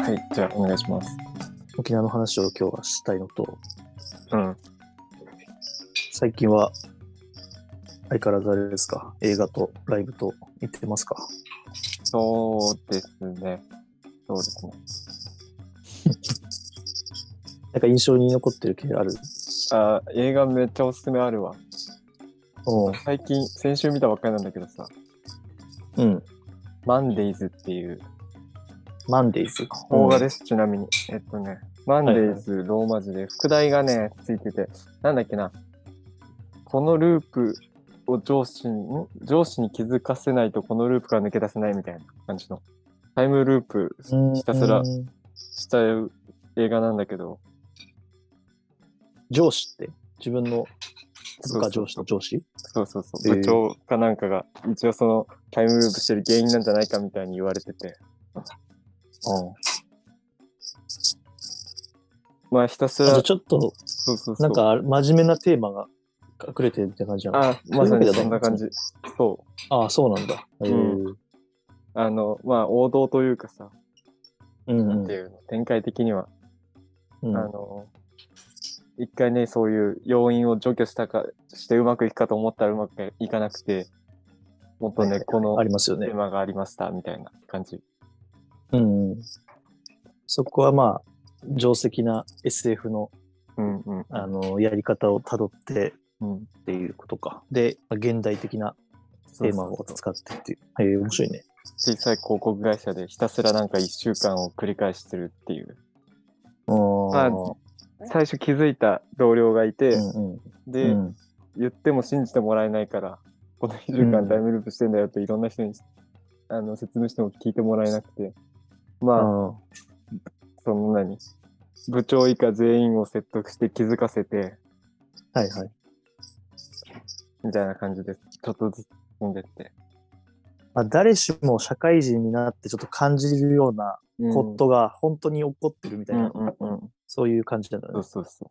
はい、じゃあお願いします。沖縄の話を今日はしたいのと、うん。最近は相変わらずあれですか、映画とライブと行ってますか。そうですね。そうですね。なんか印象に残ってる系ある。あー、映画めっちゃおすすめあるわ。うん。最近、先週見たばっかりなんだけどさ、うん。マンデイズっていう、マンデイズ。邦画です、ちなみに。えっとね、マンデイズ、ローマ字で、副題がね、ついてて、なんだっけな、このループを上司に、ん上司に気づかせないとこのループから抜け出せないみたいな感じの、タイムループうん。ひたすらうんした映画なんだけど、上司って自分の部下そうそう上司の上司そうそうそう、えー部長かなんかが、一応そのタイムループしてる原因なんじゃないかみたいに言われてて、まあひたすあらと、ちょっとそうそうそう。なんか真面目なテーマが隠れてるみたいな感じなの。あ、まさにそういうわけじゃないそんな感じ。そう。ああ、そうなんだ。へえんあの、まあ王道というかさ、うんなんうんていうの、展開的には、うんあの、一回ね、そういう要因を除去したか、してうまくいくかと思ったらうまくいかなくて、もっとね、このありますよねテー。マがありました、みたいな感じ。うんうん。そこはまあ、定石な SF のうんうんあのやり方をたどってうん。っていうことか。で、まあ現代的なテーマを使ってっていう。えー面白いね。小さい広告会社でひたすらなんか1週間を繰り返してるっていうあー最初気づいた同僚がいて、うんうんで、うん言っても信じてもらえないからこの1週う間んタイムループしてんだよっていろんな人に、あの説明しても聞いてもらえなくてまあ、その何部長以下全員を説得して気づかせてあーはいはい。みたいな感じですちょっとずつ進んでって。まあ、誰しも社会人になってちょっと感じるようなことが本当に起こってるみたういんな、うんうん、そういう感じなんだそうね。そうそ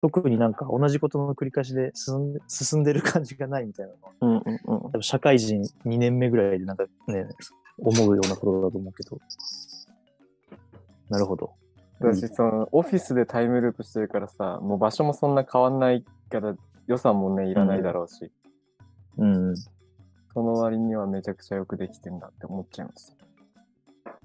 特になんか同じことの繰り返しで進んで進んでる感じがないみたいなのはう。うんうんうん、多分社会人2年目ぐらいでなんかね、思うようなことだと思うけど。なるほど。私そのオフィスでタイムループしてるからさもう場所もそんな変わんないから予算もねいらないだろうし、うんうん。その割にはめちゃくちゃよくできてんだって思っちゃいました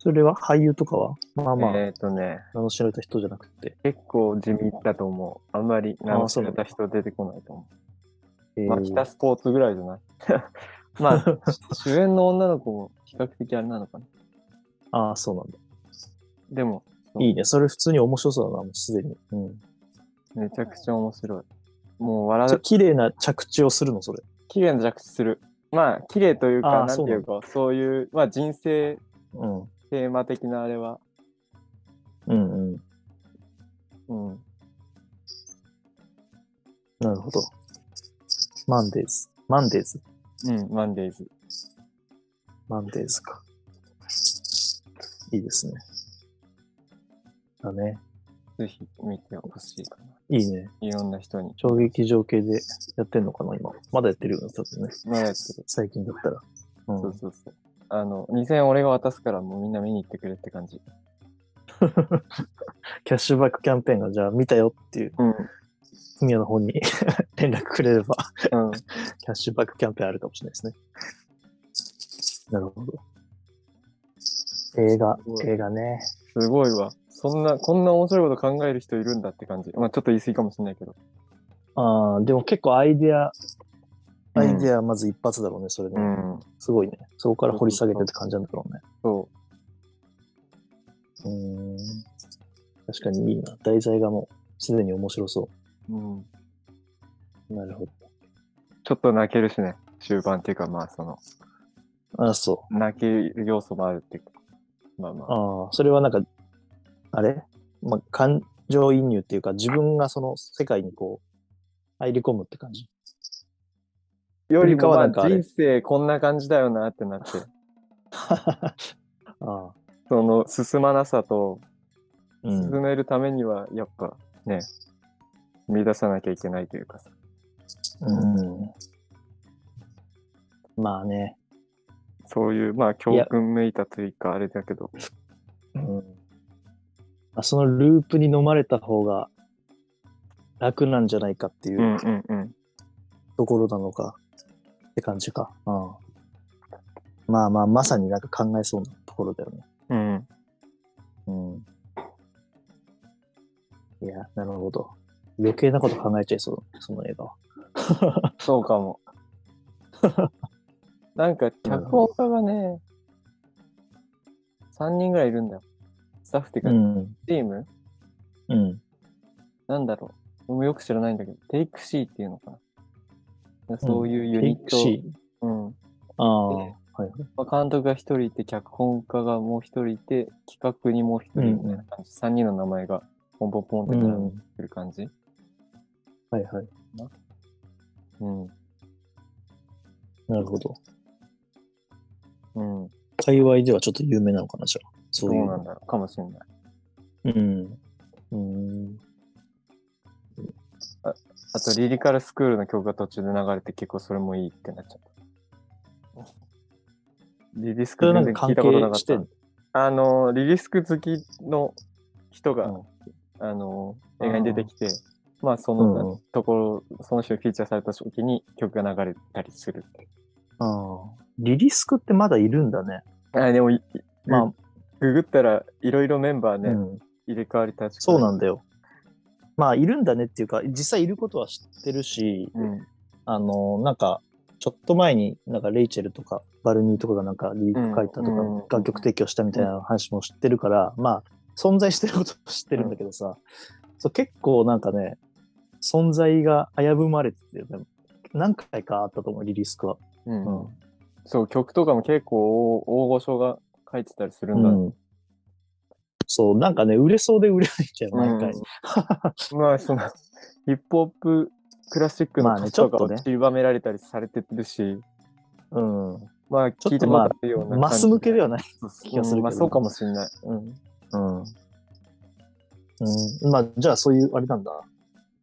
それは俳優とかはまあまあ、えっ、とね名の知られた人じゃなくて。結構地味だと思うあんまり名の知れたあ人出てこないと思えうーまあ北スポーツぐらいじゃない まあ主演の女の子も比較的あれなのかなああ、そうなんだ。でもいいね。それ普通に面白そうだな、もうすでに。うん。めちゃくちゃ面白いもう笑そうれ綺麗な着地をするの、それ。綺麗な着地するまあ綺麗というあかなーんていうかそういうまあ人生うん。テーマ的なあれはうんうん。うんなるほど。マンデーズ。マンデーズ。うん、マンデイズ。マンデーズか。いいですね。だね。ぜひ見てほしいかな。いいね。いろんな人に。衝撃場系でやってんのかな、今。まだやってるよね、ちょっとね。まだやってる。最近だったら。うんそうそうそう。あの、2000円俺が渡すからもうみんな見に行ってくれって感じ。キャッシュバックキャンペーンが、じゃあ見たよっていう、うん。フミヤの方に 連絡くれれば、うん。キャッシュバックキャンペーンあるかもしれないですね。なるほど。映画すご、い映画ね。すごいわ。そんな、こんな面白いこと考える人いるんだって感じ。まあちょっと言い過ぎかもしれないけど。ああ、でも結構アイデうア、んアイデアまず一発だろうね、それね。うん。すごいね。そこから掘り下げてって感じなんだろうね。そう。ーん。確かにいいな。題材がもう、すでに面白そううん。う。なるほど。ちょっと泣けるしね。終盤っていうか、まあその、ああ、そう。泣ける要素もあるっていうか。まあまあ。ああ、それはなんか、あれ、まあ、感情移入っていうか、自分がその世界にこう、入り込むって感じ。よりかはなんかあれ人生こんな感じだよなってなって。ああ、その、進まなさと、う進ん。めるためにはやっぱね見出さなきゃいけないというかさうん、まあね、そういう、まあ、教訓めいたというか、あれだけど。うんあ、そのループに飲まれた方が楽なんじゃないかっていうんううんうん。ところなのかって感じか。うんまあまあ、まさになんか考えそうなところだよね。うん。うん。いや、なるほど。余計なこと考えちゃいそうだね、その映画は。そうか も。なんか、脚本家がね、3人ぐらいいるんだよ。スタッフっていうか、ん。チームうん。なんだろう。俺もよく知らないんだけど、テイク C っていうのかな。そういうユテイニクシット。うん。ー。ああ。ではい。まあ、監督が一人いて、脚本家がもう一人いて、企画にもう一人みたいな感じ。3人の名前がポンポンポンってうん絡んでくる感じ。はいはい。うん。なるほど。うん。界隈ではちょっと有名なのかな、じゃあ。そどういうう。なんだろう。かもしれない。うん。うん。あと、リリカルスクールの曲が途中で流れて結構それもいいってなっちゃった。リリスそクれな全んか然聞関いたことな係かっしてんたの。あの、リリスク好きの人が、うんあの、あー映画に出てきて、まあ、そうんうのんところ、その人がフィーチャーされた時に曲が流れたりする。ああ。リリスクってまだいるんだね。あ、でも、いまあ、ググったらいろいろメンバーね、うん、入れ替わり立ち替わりそうなんだよ。まあ、いるんだねっていうか、実際いることは知ってるし、うん。あの、なんか、ちょっと前に、なんか、レイチェルとか、バルニーとかがなんか、リリーク書いたとか、うんうん楽曲提供したみたいな話も知ってるから、まあ、存在してることは知ってるんだけどさ、そう結構なんかね、存在が危ぶまれてて、何回かあったと思う、リリースクは。うん。そう、曲とかも結構大大御所が書いてたりするんだ。うんそう、なんかね、売れそうで売れないじゃん、毎回。うん、 まあそのヒップホップクラシックのまあね歌詞とかちょっをとね散りばめられたりされてるし、うん。まあち聞ょいってともまらあったようなマス向けでははない。気気がするけどまあそうかもしれない。うん。うん。うん。まあ、じゃあ、そういう、あれなんだ。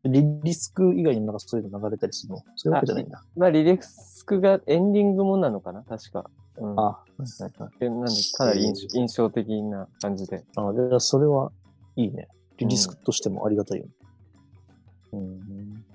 リリスク以外になんかそういうの流れたりするのそういうわけじゃないんだ。まあリレックスがエンディングもなのかな確か。うん。あはいはいはいでなんでかなり印印象的な感じで。あ、じゃあ、それはいいね。リリスクとしてもありがたいよね。うん。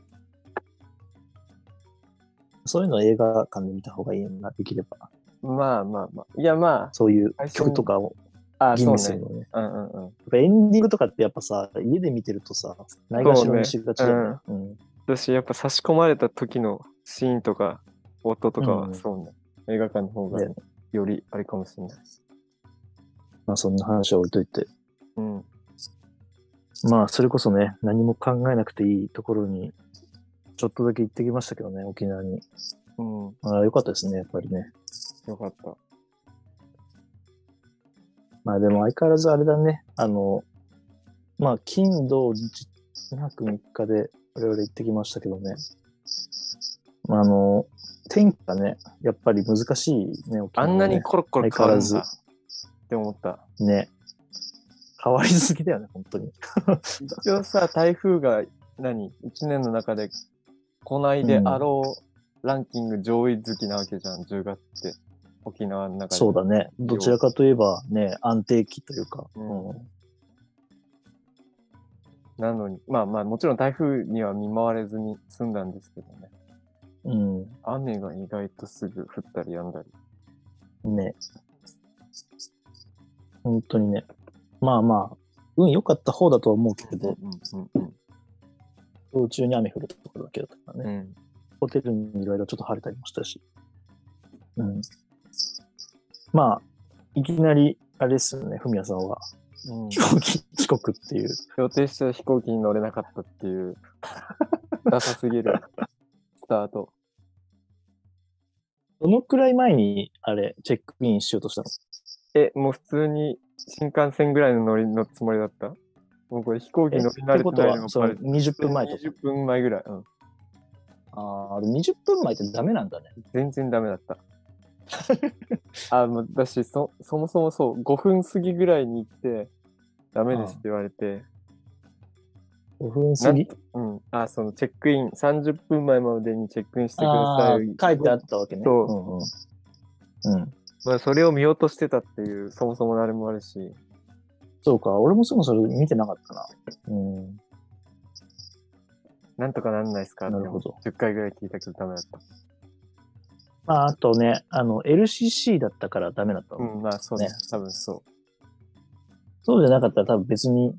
そういうのは映画館で見た方がいいな、できれば。まあまあまあ。いやまそういう配信曲とかをあ、あ吟そう味するね。のね。うんうんうん。やっぱエンディングとかってやっぱさ、家で見てるとさ、ないがしろにしがちだよね。うん私やっぱ差し込まれた時のシーンとか音とかうはんそうね。映画館の方がだよねよりあれかもしれない。まあ、そんな話は置いといて。うん。まあ、それこそね、何も考えなくていいところに、ちょっとだけ行ってきましたけどね、沖縄に。うん。ああ、よかったですね、やっぱりね。よかった。まあ、でも相変わらずあれだね、あの、まあ、金、土、日、2泊3日で我々行ってきましたけどね。まあ、あの、天気がね、やっぱり難しいね、沖あ縄、ね。んなにコロコロ変わるんだ相変わらって思った。ね、変わりすぎだよね、本当に。一応さ、台風が何 ?1 年の中で来ないであろうランキング上位好きなわけじゃん、10月って。沖縄の中で。そうだね。どちらかといえばね、安定期というか。うんうんなのに、まあまあ、もちろん台風には見舞われずに済んだんですけどね。うん。雨が意外とすぐ降ったりやんだり。ね。本当にね。まあまあ、運良かった方だとは思うけど、うんうん道中に雨降るところだけだったからうね。ん。うん。ホテルにいろいろちょっと晴れたりもしたし。うん。まあ、いきなり、あれですよね、フミヤさんは。うん、飛行機遅刻っていう。予定してた飛行機に乗れなかったっていう、ダサすぎるスタート。どのくらい前に、あれ、チェックインしようとしたのえ、もう普通に新幹線ぐらいの乗りのつもりだったもうこれ飛行機え乗り慣ってれこてとないのは、がそバのレて20分前とか。 20分前ぐらい。うん。ああ、あれ20分前ってダメなんだね。全然ダメだった。あ、もうだしそ、そもそもそう、5分過ぎぐらいに行って、ダメですって言われて、 5分過ぎうん。あ、そのチェックイン、30分前までにチェックインしてくだあさあい。書いてあったわけね。そうんうん。うん。まあ、それを見落としてたっていう、そもそも誰もあるし、そうか、俺もそもそれ見てなかったな。うん。なんとかなんないですかってなるほど10回ぐらい聞いたけどダメだった。まあ、あとね、あの、LCC だったからダメだったの。うん、まあそうねね。多分そそうじゃなかったら多分別に、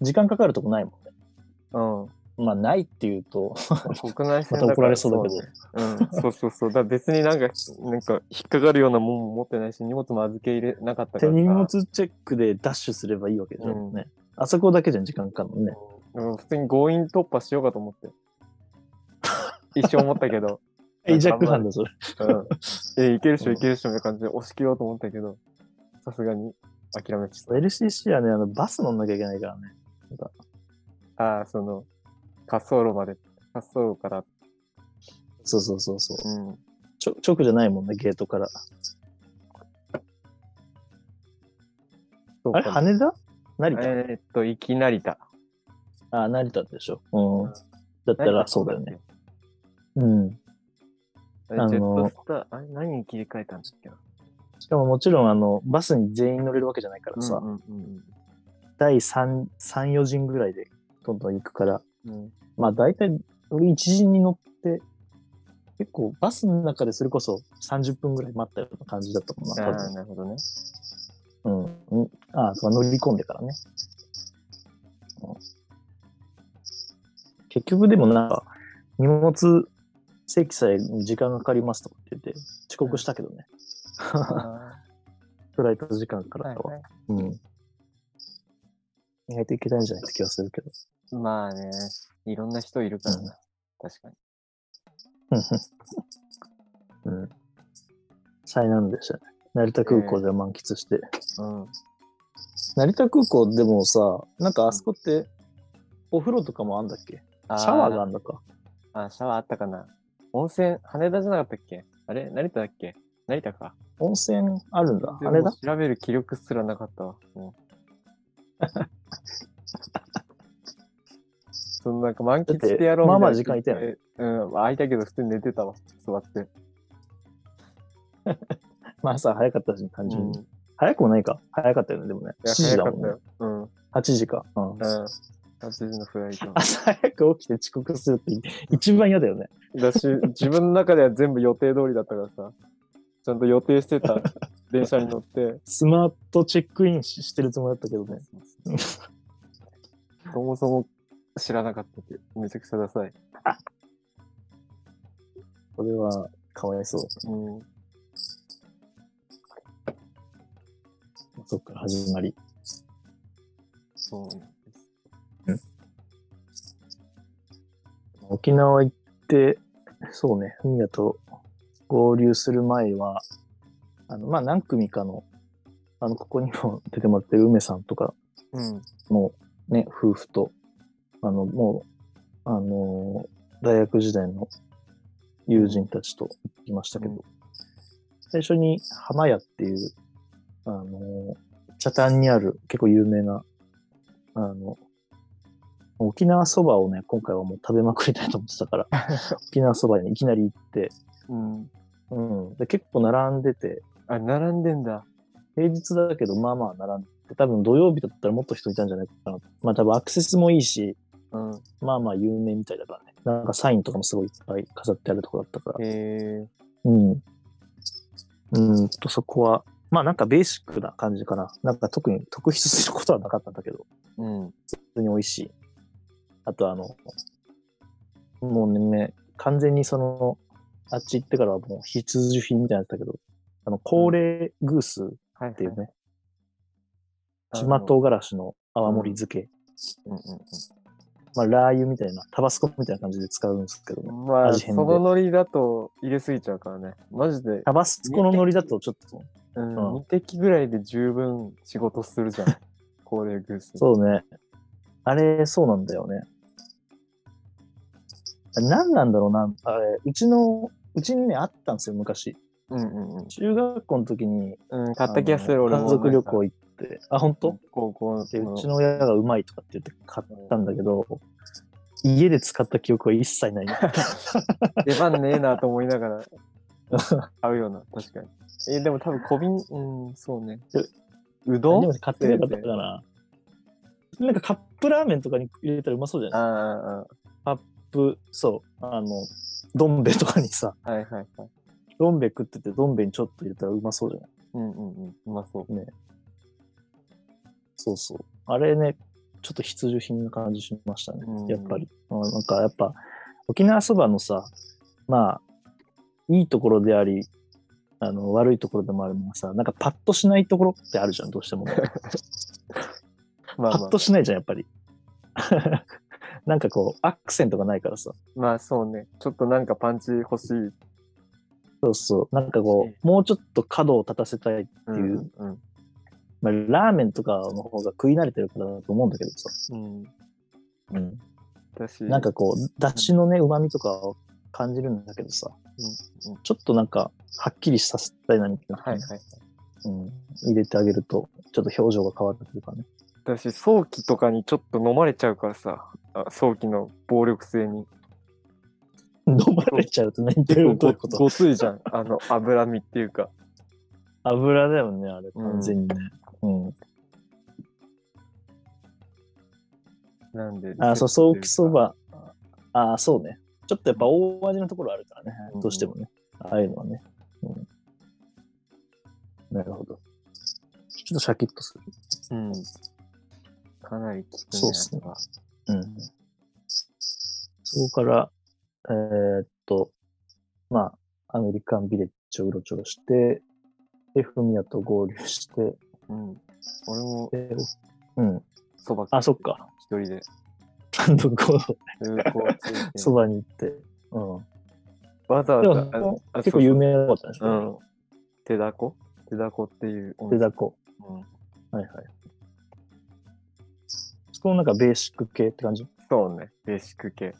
時間かかるとこないもんね。う。うん。まあ、ないっていう と、国内ま線だた怒かられそうだけうど。ん、そうそうそう。だから別になんか、なんか引っかかるようなもんも持ってないし、荷物も預け入れなかったか手らさ。荷物チェックでダッシュすればいいわけでしょ、うんね。あそこだけじゃ時間かかるのね。だから普通に強引突破しようかと思って。一瞬思ったけど。 エイジャックなんだ、それ。うん。え、いけるっしょ、いけるっしょ、みたいな感じで押し切ろうと思ったけど、さすがに諦めちゃっ LCC はね、あの、バス乗んなきゃいけないからね。た。ああ、その、滑走路まで、滑走路から、そうそうそうそう。うん。ちょ直じゃないもんね、ゲートから。そうあれ、か羽田成田、えーっと、いきなりた。あ、成田でしょ。うん。だった成ら、田そうだよね。。うん。えあのージェットスター、あれ、何に切り替えたんだっけな。しかももちろん、あの、バスに全員乗れるわけじゃないからさ、うんうん第3、3、4陣ぐらいでどんどん行くから、うんうん。まあ大体、俺1陣に乗って、結構バスの中でそれこそ30分ぐらい待ったような感じだったもんあな、あ、なるほ どね。多分。うん。うんああ、そう乗り込んでからね。うん結局でもなんか、荷物席さえ時間がかかりますとか言ってて、遅刻したけどね。フライト時間からは。うん。意外といけないんじゃないって気がするけど。まあね、いろんな人いるからな。うん確かに。うん。災難でしたね。成田空港では満喫して。うん。成田空港でもさ、なんかあそこって、お風呂とかもあんだっけあシャワーがあんだか。あ、シャワーあったかな。温泉、羽田じゃなかったっけあれ成田だっけ成田か。温泉あるんだ。全羽然田調べる気力すらなかったわ。も うそのなんか満喫してやろうみたいな。だってまあまあ時間いたよねうん、空いたけど普通に寝てたわ、座って。まあ朝早かったし、単純に。い早くもないか。早かったよね、でもね。7や時早だかもっんたね。よ。うん。うん。 8時か。うん。 8時のフライト。朝早く起きて遅刻するって一番嫌だよね。だし、自分の中では全部予定通りだったからさ、ちゃんと予定して た電車に乗って、スマートチェックインししてるつもりだったけどね。そもそも知らなかったっていう、めちゃくちゃダサい。これは、かわいそう。うん、そっから始まり。そうなんです。沖縄行って、そうね、フミヤと合流する前は、あの、まあ、何組かの、あの、ここにも出てもらってる梅さんとかうん、のね、夫婦と、あの、もう、あのー大学時代の友人たちと行きましたけど、うん最初に浜屋っていう、あのー北谷にある結構有名な、あの、沖縄そばをね、今回はもう食べまくりたいと思ってたから、 沖縄そばにいきなり行って、うん。うん。で、結構並んでて、あ、並んでんだ。平日だけど、まあまあ並んでて、多分土曜日だったらもっと人いたんじゃないかな。まあ多分アクセスもいいし、うん。まあまあ有名みたいだからね。なんかサインとかもすごいいっぱい飾ってあるとこだったから。へえ。うん。うーんと、そこは、まあなんかベーシックな感じかな。なんか特に特筆することはなかったんだけど、うん。普通に美味しい。あとあの、もうね、完全にその、あっち行ってからはもう必需品みたいになってたけど、あの、高齢グースっはい、はい。ていうね、あの島唐辛子の泡盛漬け、うんうんまあラー油みたいな、タバスコみたいな感じで使うんですけどねう。ん。まあ、味そ変でのノリだと入れすぎちゃうからね。マジで、タバスコのノリだとちょっと、うん、うん2滴ぐらいで十分仕事するじゃ ん。高齢グース。そうね。あれ、そうなんだよね。あ何なんだろうな。あれ、うちの、うちにね、あったんですよ、昔。うんうん中学校の時に、うん。うん、買った気がする、あ俺のも。家族旅行行っ行って、あ、本当高校の。で、うちの親がうまいとかって言って買ったんだけど、家で使った記憶は一切ない。 出番ねえなと思いながら買うような、確かに。え、でも多分小瓶、うん、そうねえ。う ど何んも買ってなかったかな。なんかカップラーメンとかに入れたらうまそうじゃないあカップ、そう、あの、どん兵衛とかにさ、あ、はいはいはい。どん兵衛食ってて、どん兵衛にちょっと入れたらうまそうじゃないうんうんうん。うまそう。そうそう。あれね、ちょっと必需品な感じしましたねうん。やっぱり。うんなんかやっぱ、沖縄そばのさ、まあ、いいところであり、あの悪いところでもあるのがさ、なんかパッとしないところってあるじゃん、どうしても。 まあパまッあと、しないじゃん、やっぱり。 なんかこう、アクセントがないからさ。まあそうね。ちょっとなんかパンチ欲しい。っそうそう。なんかこう、もうちょっと角を立たせたい。て。いううんうんまあ、ラーメンとかの方が食い慣れてるからだと思うんだけどさ。うん。うん。私、なんかこう、だしのね、旨味とかを感じるんだけどさ。うんうんちょっとなんか、はっきりさせたいなみたいな。はいはい。うん。入れてあげると、ちょっと表情が変わるというかね。 私、早期とかにちょっと飲まれちゃうからさ。あ早期の暴力性に。飲まれちゃうとね、どう結い構うごことごついじゃん。あ の、脂身っていうか。油だよね、あれ、うん完全にね。うん。なんで。あ、そう、ソーキそばば。あ、そうね。ちょっとやっぱ大味のところあるからね。うんどうしてもね。ああいうのはね。うんなるほど。ちょっとシャキッとする。うん。かなりきつい、ね。そうっすねあれはうん。そこから、えーっと、まあ、アメリカンビレッジをうろちょろして、で、フミヤと合流して、うん。俺もでうん。そばあ、そっ。か。一人で。単独行動、空港着いてそばに行って。うん。 わざでわざも、あ結構有名なことなんでしそうそうょうん。手だこ手だこっていうおう。で、店。だこ。うんはいはい。そこのなんかベーシック系って感じそうね。ベーシック系。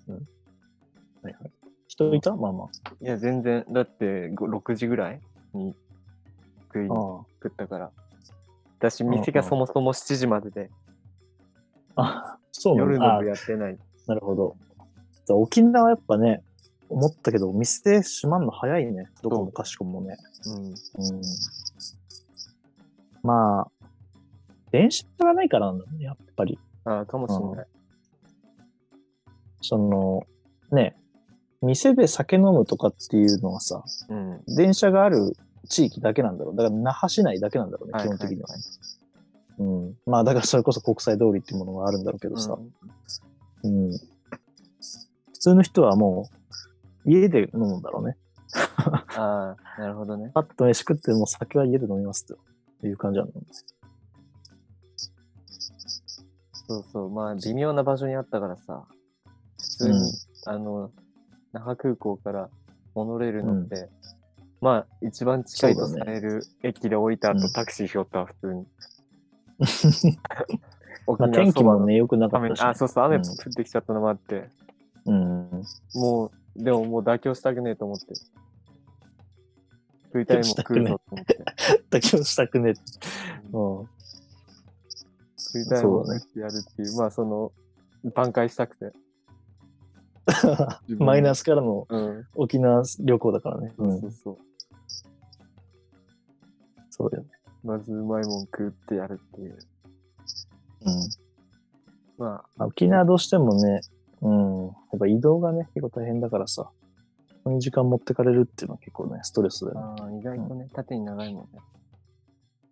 はいはい。人いたまあまあ。いや、全然。だって、ご6時ぐらいに食いにあ食ったから。私、店がそもそも7時までで、あ。あ、そうなんだ夜のあ部やってない。なるほど。じゃあ沖縄はやっぱね、思ったけど、店閉まんの早いね。どこもかしこもね。うん。うん。まあ、電車がないからなんだね、やっぱり。ああ、かもしれない。その、ね、店で酒飲むとかっていうのはさ、うん。電車がある地域だけなんだろう。だから那覇市内だけなんだろうね、はい基本的にはね。うん。まあだからそれこそ国際通りっていうものがあるんだろうけどさう。んうん。普通の人はもう家で飲むんだろうね。ああ、なるほどね。パッと飯食っても酒は家で飲みますという感じなんだね。そうそう、まあ微妙な場所にあったからさ、普通に、うんあの、那覇空港からモノレール乗って、まあ一番近いとそさうだねれる駅で降りたう後、んタクシー拾ったわ、普通に。沖まあ天気もね、良くなかっ雨たし、あ、そうそう、雨うん降ってきちゃったのもあって、うん。もう、でももう妥協したくねえと思って。食いたいもん食うぞと思って。妥協したくねえ。 うん。食いたいもんそうだね食ってやるっていう、まあその、挽回したく て。マイナスからのうん。沖縄旅行だからね。そううんそうそう。そうだよね。まずうまいもん食ってやるっていう。うんままあ沖縄どうしてもね、うん、やっぱ移動がね、結構大変だからさ、ここに時間持ってかれるっていうのは結構ね、ストレスだよね。あ、あー意外とね、縦に長いもんね。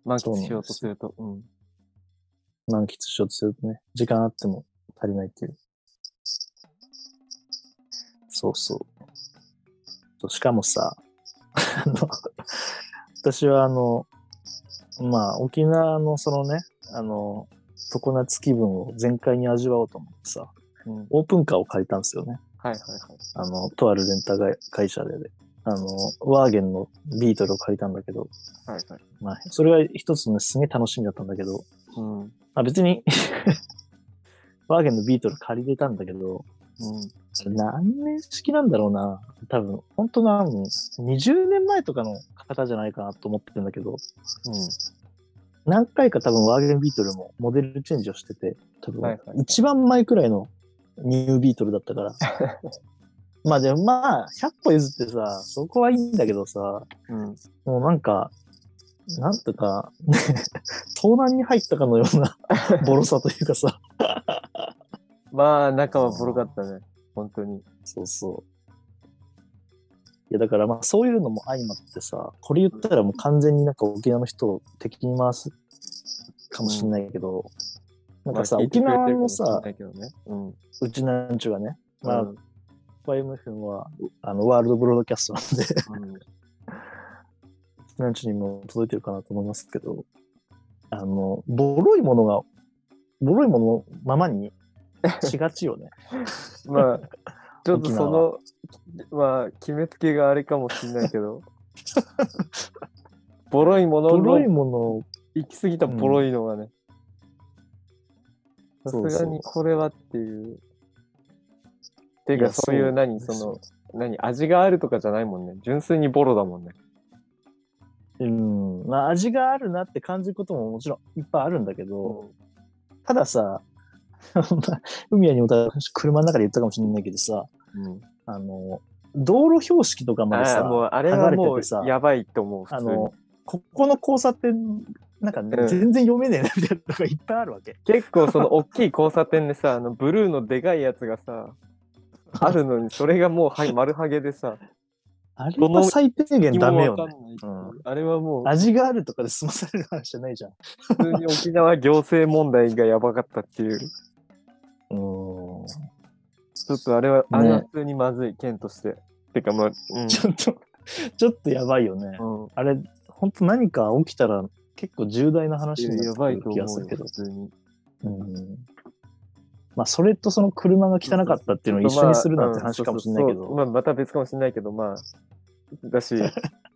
満そう喫なんですしようとすると、うん。満喫しようとするとね、時間あっても足りないっていう。そうそうそう。しかもさ、あの、私はあの、まあ、沖縄のそのね、あの、常夏気分を全開に味わおうと思ってさ、うん。オープンカーを借りたんですよね。はいはいはい。あの、とあるレンタ会社で、あの、ワーゲンのビートルを借りたんだけど、はいはい。まあ、それが一つのねすげえ楽しみだったんだけど、うん。うん。まあ別に、 ワーゲンのビートル借りれたんだけど、何年式なんだろうな。多分、本当な、20年前とかの方じゃないかなと思ってるんだけど、何回か多分ワーゲンビートルもモデルチェンジをしてて、多はい分はいはい一番前くらいのニュービートルだった から。まあでもまあ、100歩譲ってさ、そこはいいんだけどさ、うん。うん。もうなんか、なんとか、 ね、盗難に入ったかのようなボロさというかさ、まあ、中はボロかったね。本当に。そうそう。いや、だからまあ、そういうのも相まってさ、これ言ったらもう完全になんか沖縄の人を敵に回すかもしれないけど、なんかさ、まあ沖縄の、さ、聞いてくれてるかもしれないけどねうちなんちゅうがね、うん。まあ、うん 5MFM はあのワールドブロードキャストなんで、 うんなんちゅうにも届いてるかなと思いますけど、あの、ボロいものが、ボロいもののままにしがちよ ね。まあ、ちょっとその、まあ、決めつけがあれかもしれないけ ど、ボロいものボロいの、ものを行き過ぎたボロいのがね、さそうそうすがにこれはっていう。ていういか、やそういうそう何、その、何、味があるとかじゃないもんね。純粋にボロだもんね。うん、まあ味があるなって感じることももちろんいっぱいあるんだけど、たださ、 海やにもた車の中で言ったかもしれないけどさ、うん。あの、道路標識とかまでああ、さ、もう、あれは剥がもれててさう、やばいと思う、普あ通にの。、ここの交差点、なんか、うん全然読めねえなみたいなのがいっぱいあるわけ。結構、その、大きい交差点でさ、あの、ブルーのでかいやつが さ、あるのに、それがもう、はい、丸ハゲでさ、あれは最低限ダメよね。ね。あれはもう、味があるとかで済まされる話じゃないじゃん。普通に沖縄行政問題がやばかったっていう。うちん。ょっとあれは、あれはね普通にまずい、県として。てか、まあ、うん。ちょっと、ちょっとやばいよね。うんあれ、本当何か起きたら結構重大な話にやなばっいてくとる気が思すうよ、るけど普。通に。うんまあ、それとその車が汚かったっていうのを一緒にするなんて話かもしれないけまあうんそうそうそうど。まあ、また別かもしれないけど、まあ、だ し、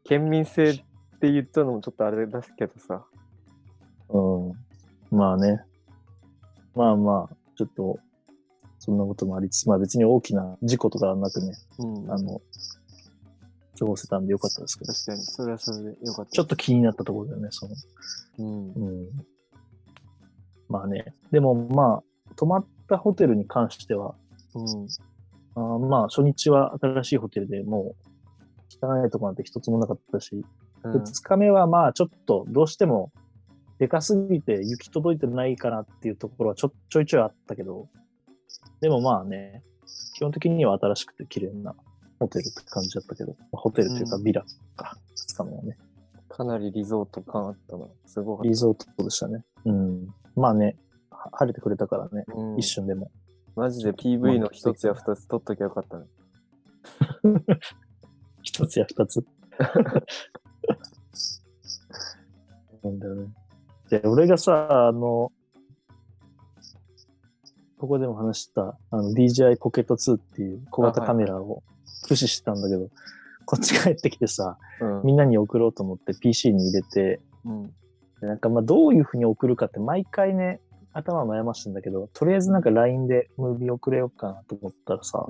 県民性って言ったのもちょっとあれだけどさ。うん。まあね。まあまあ、ちょっと、そんなこともありつつ、まあ別に大きな事故とかはなくね、うん。あの、過ごせたんでよかったですけど、確かに、それはそれでよかった。ちょっと気になったところだよね、その、うん。うん。まあね、でもまあ、泊まったホテルに関しては、うん。あーまあ初日は新しいホテルでもう、汚いとこなんて一つもなかったし、う二ん日目はまあちょっとどうしてもでかすぎて行き届いてないかなっていうところはちょちょいちょいあったけど、でもまあね、基本的には新しくて綺麗なホテルって感じだったけど、ホテルというかうんビラか、二日目はね、かなりリゾート感あったな。すごかっリゾートでしたね。うん。まあね、は晴れてくれたからね、た。うん一瞬でも。マジで PV の一つや二つ撮っときゃよかったね。一つや二つ。 なんだよね。で、俺がさ、あの、ここでも話した、あの、DJI Pocket 2っていう小型カメラを駆使してたんだけど、こっち帰ってきてさ、うんみんなに送ろうと思って PC に入れて、うん。でなんかまあどういうふうに送るかって毎回ね、頭悩ましてんだけど、とりあえずなんか LINE でムービー送れようかなと思ったらさ、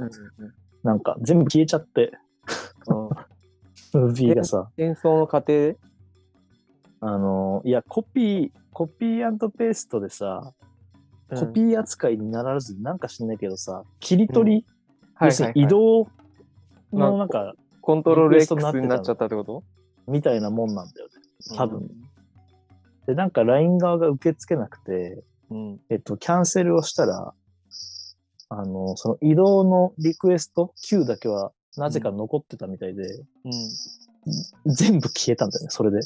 なんか全部消えちゃって、うん。ムービーがさ、戦争の過程あの、いや、コピー、コピーペーストでさ、コピー扱いにならず、なんか知んないけどさ、切り取り、は要いすはるいに移はい、動まあのなんか、コントロールリクエストになって X たのになっちゃったってことみたいなもんなんだよね。多分。うんで、なんか LINE 側が受け付けなくて、うん。えっと、キャンセルをしたら、あの、その移動のリクエスト、Q だけは、なぜか残ってたみたいで、うん。全部消えたんだよね、 それで。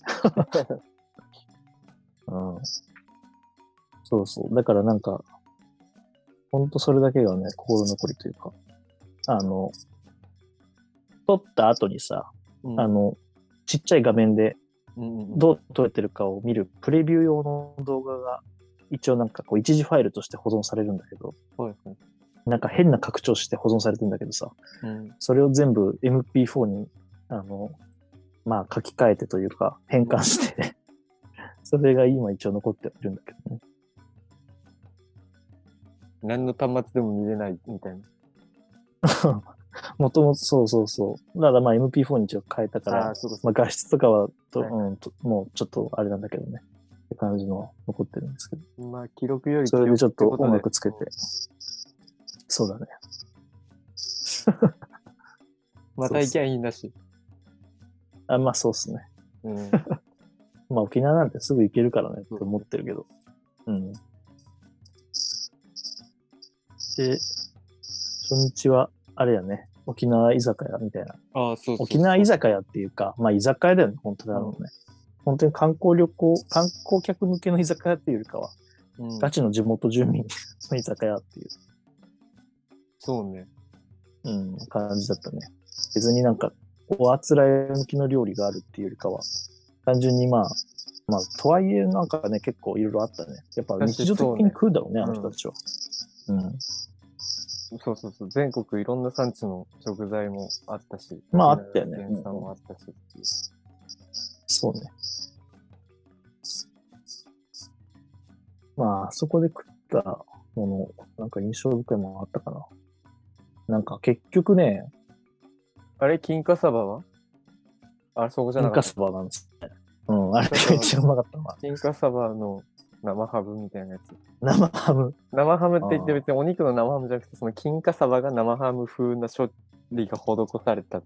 うん。そうそう。だからなんか、ほんとそれだけがね、心残りというか、あの、撮った後にさ、うんあの、ちっちゃい画面でうんうんどう撮れてるかを見るプレビュー用の動画が、一応なんかこう一時ファイルとして保存されるんだけど、はいはいなんか変な拡張して保存されてんだけどさ、うんそれを全部 MP4 に、あの、まあ書き換えてというか変換して、 それが今一応残ってるんだけどね。何の端末でも見れないみたいな。もともとそうそうそう。だからまあ MP4 に一応変えたから、あー、そうかそまあうか。画質とかはと、はいうんと、もうちょっとあれなんだけどね。って感じのは残ってるんですけど。まあ、記録よりそれでちょっと記録て音こ楽つけでて。そうだね。 また行きゃいいんだし。 あ、まあそうっすね。うん。まあ沖縄なんてすぐ行けるからねって思ってるけど。うん。で、初日は、あれやね、沖縄居酒屋みたいな。ああ、そうそうそう沖縄居酒屋っていうか、まあ居酒屋だよね、本当だろうね。本当に観光旅行、観光客向けの居酒屋っていうよりかは、うんガチの地元住民の居酒屋っていう、そうね。うん、感じだったね。別になんか、おあつらえ向きの料理があるっていうよりかは、単純にまあ、まあ、とはいえなんかね、結構いろいろあったね。やっぱ日常的に食うだろうね、あ確のかにそうね人たちは。うん。そうそうそう。全国いろんな産地の食材もあったし。まああったよね原産もあったし。そうね。まあ、あそこで食ったもの、なんか印象深いものあったかな。なんか結局ね、あれ、金華サバはあそこじゃな文か化った。そばなんですね。うん、あれが一番うまかったな。金華サバの生ハムみたいなやつ。生ハム。生ハムって言ってあー別にお肉の生ハムじゃなくて、その金華サバが生ハム風な処理が施された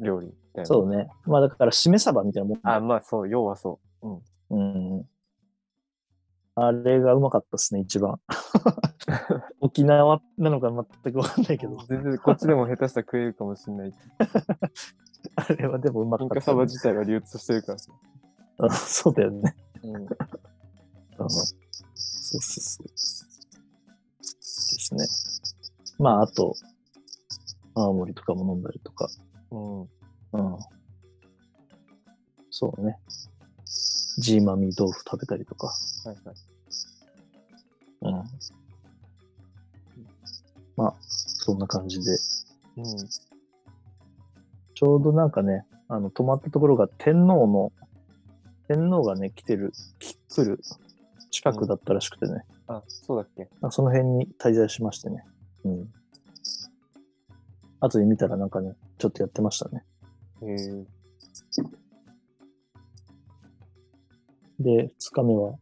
料理みたいな。そうね。まあだから、しめ鯖みたいなもんあ、だ、まあそう、要はそう。うん。あれがうまかったですね、一番。 沖縄なのか全くわかんないけど、全然こっちでも下手したら食えるかもしれ ない。あれはでもうまか金っ華た、ね。サバ自体は流通してるからさ。あそうだよね。うんあの、そうそうそう。ですね。まあ、あと、青森とかも飲んだりとか。うん。うん。そうね。ジーマミー豆腐食べたりとか。はいはい。うん。まあ、そんな感じで。うん。ちょうどなんかね、あの、泊まったところが天皇の、天皇がね、来てる、き来る近くだったらしくてね。あ、そうだっけまあその辺に滞在しましてね。うん。後で見たらなんかね、ちょっとやってましたね。へえ。で、2日目は、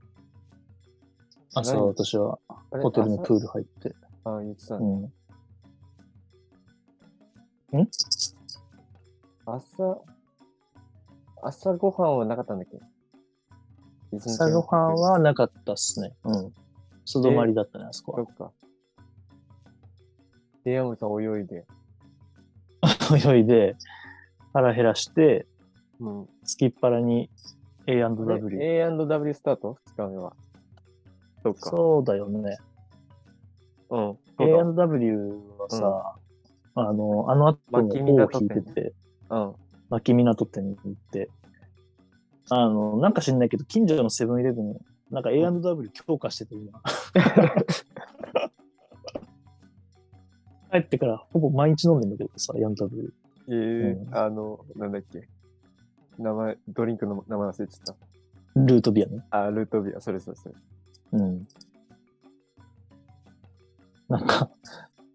朝何私はあれホテルの朝プール入って、あ、言ってたうね。ん。朝、朝ごはんはなかったんだっけ朝ごはん、はなかったっすね。うん。素泊まりだったね、あそ一日のこそっか。で、山さん泳いで。は。 泳いで、腹減らして、うん。すきっ腹に A&W。で A&W スタート ?2 日目は。そっか。そうだよね。うん。そう A&W はさ、あの、あの後牧も港尾を引いてて、だ。うん。牧港店に行って、あの、なんか知んないけど、近所のセブンイレブン、なんか A&W 強化してて、今。帰ってからほぼ毎日飲んでんだけどさ、A&W。えーうんあの、なんだっけ。名前、ドリンクの名前忘れちゃっルートビアね。た。あ、ルートビア、それそれそれ。うん。なんか、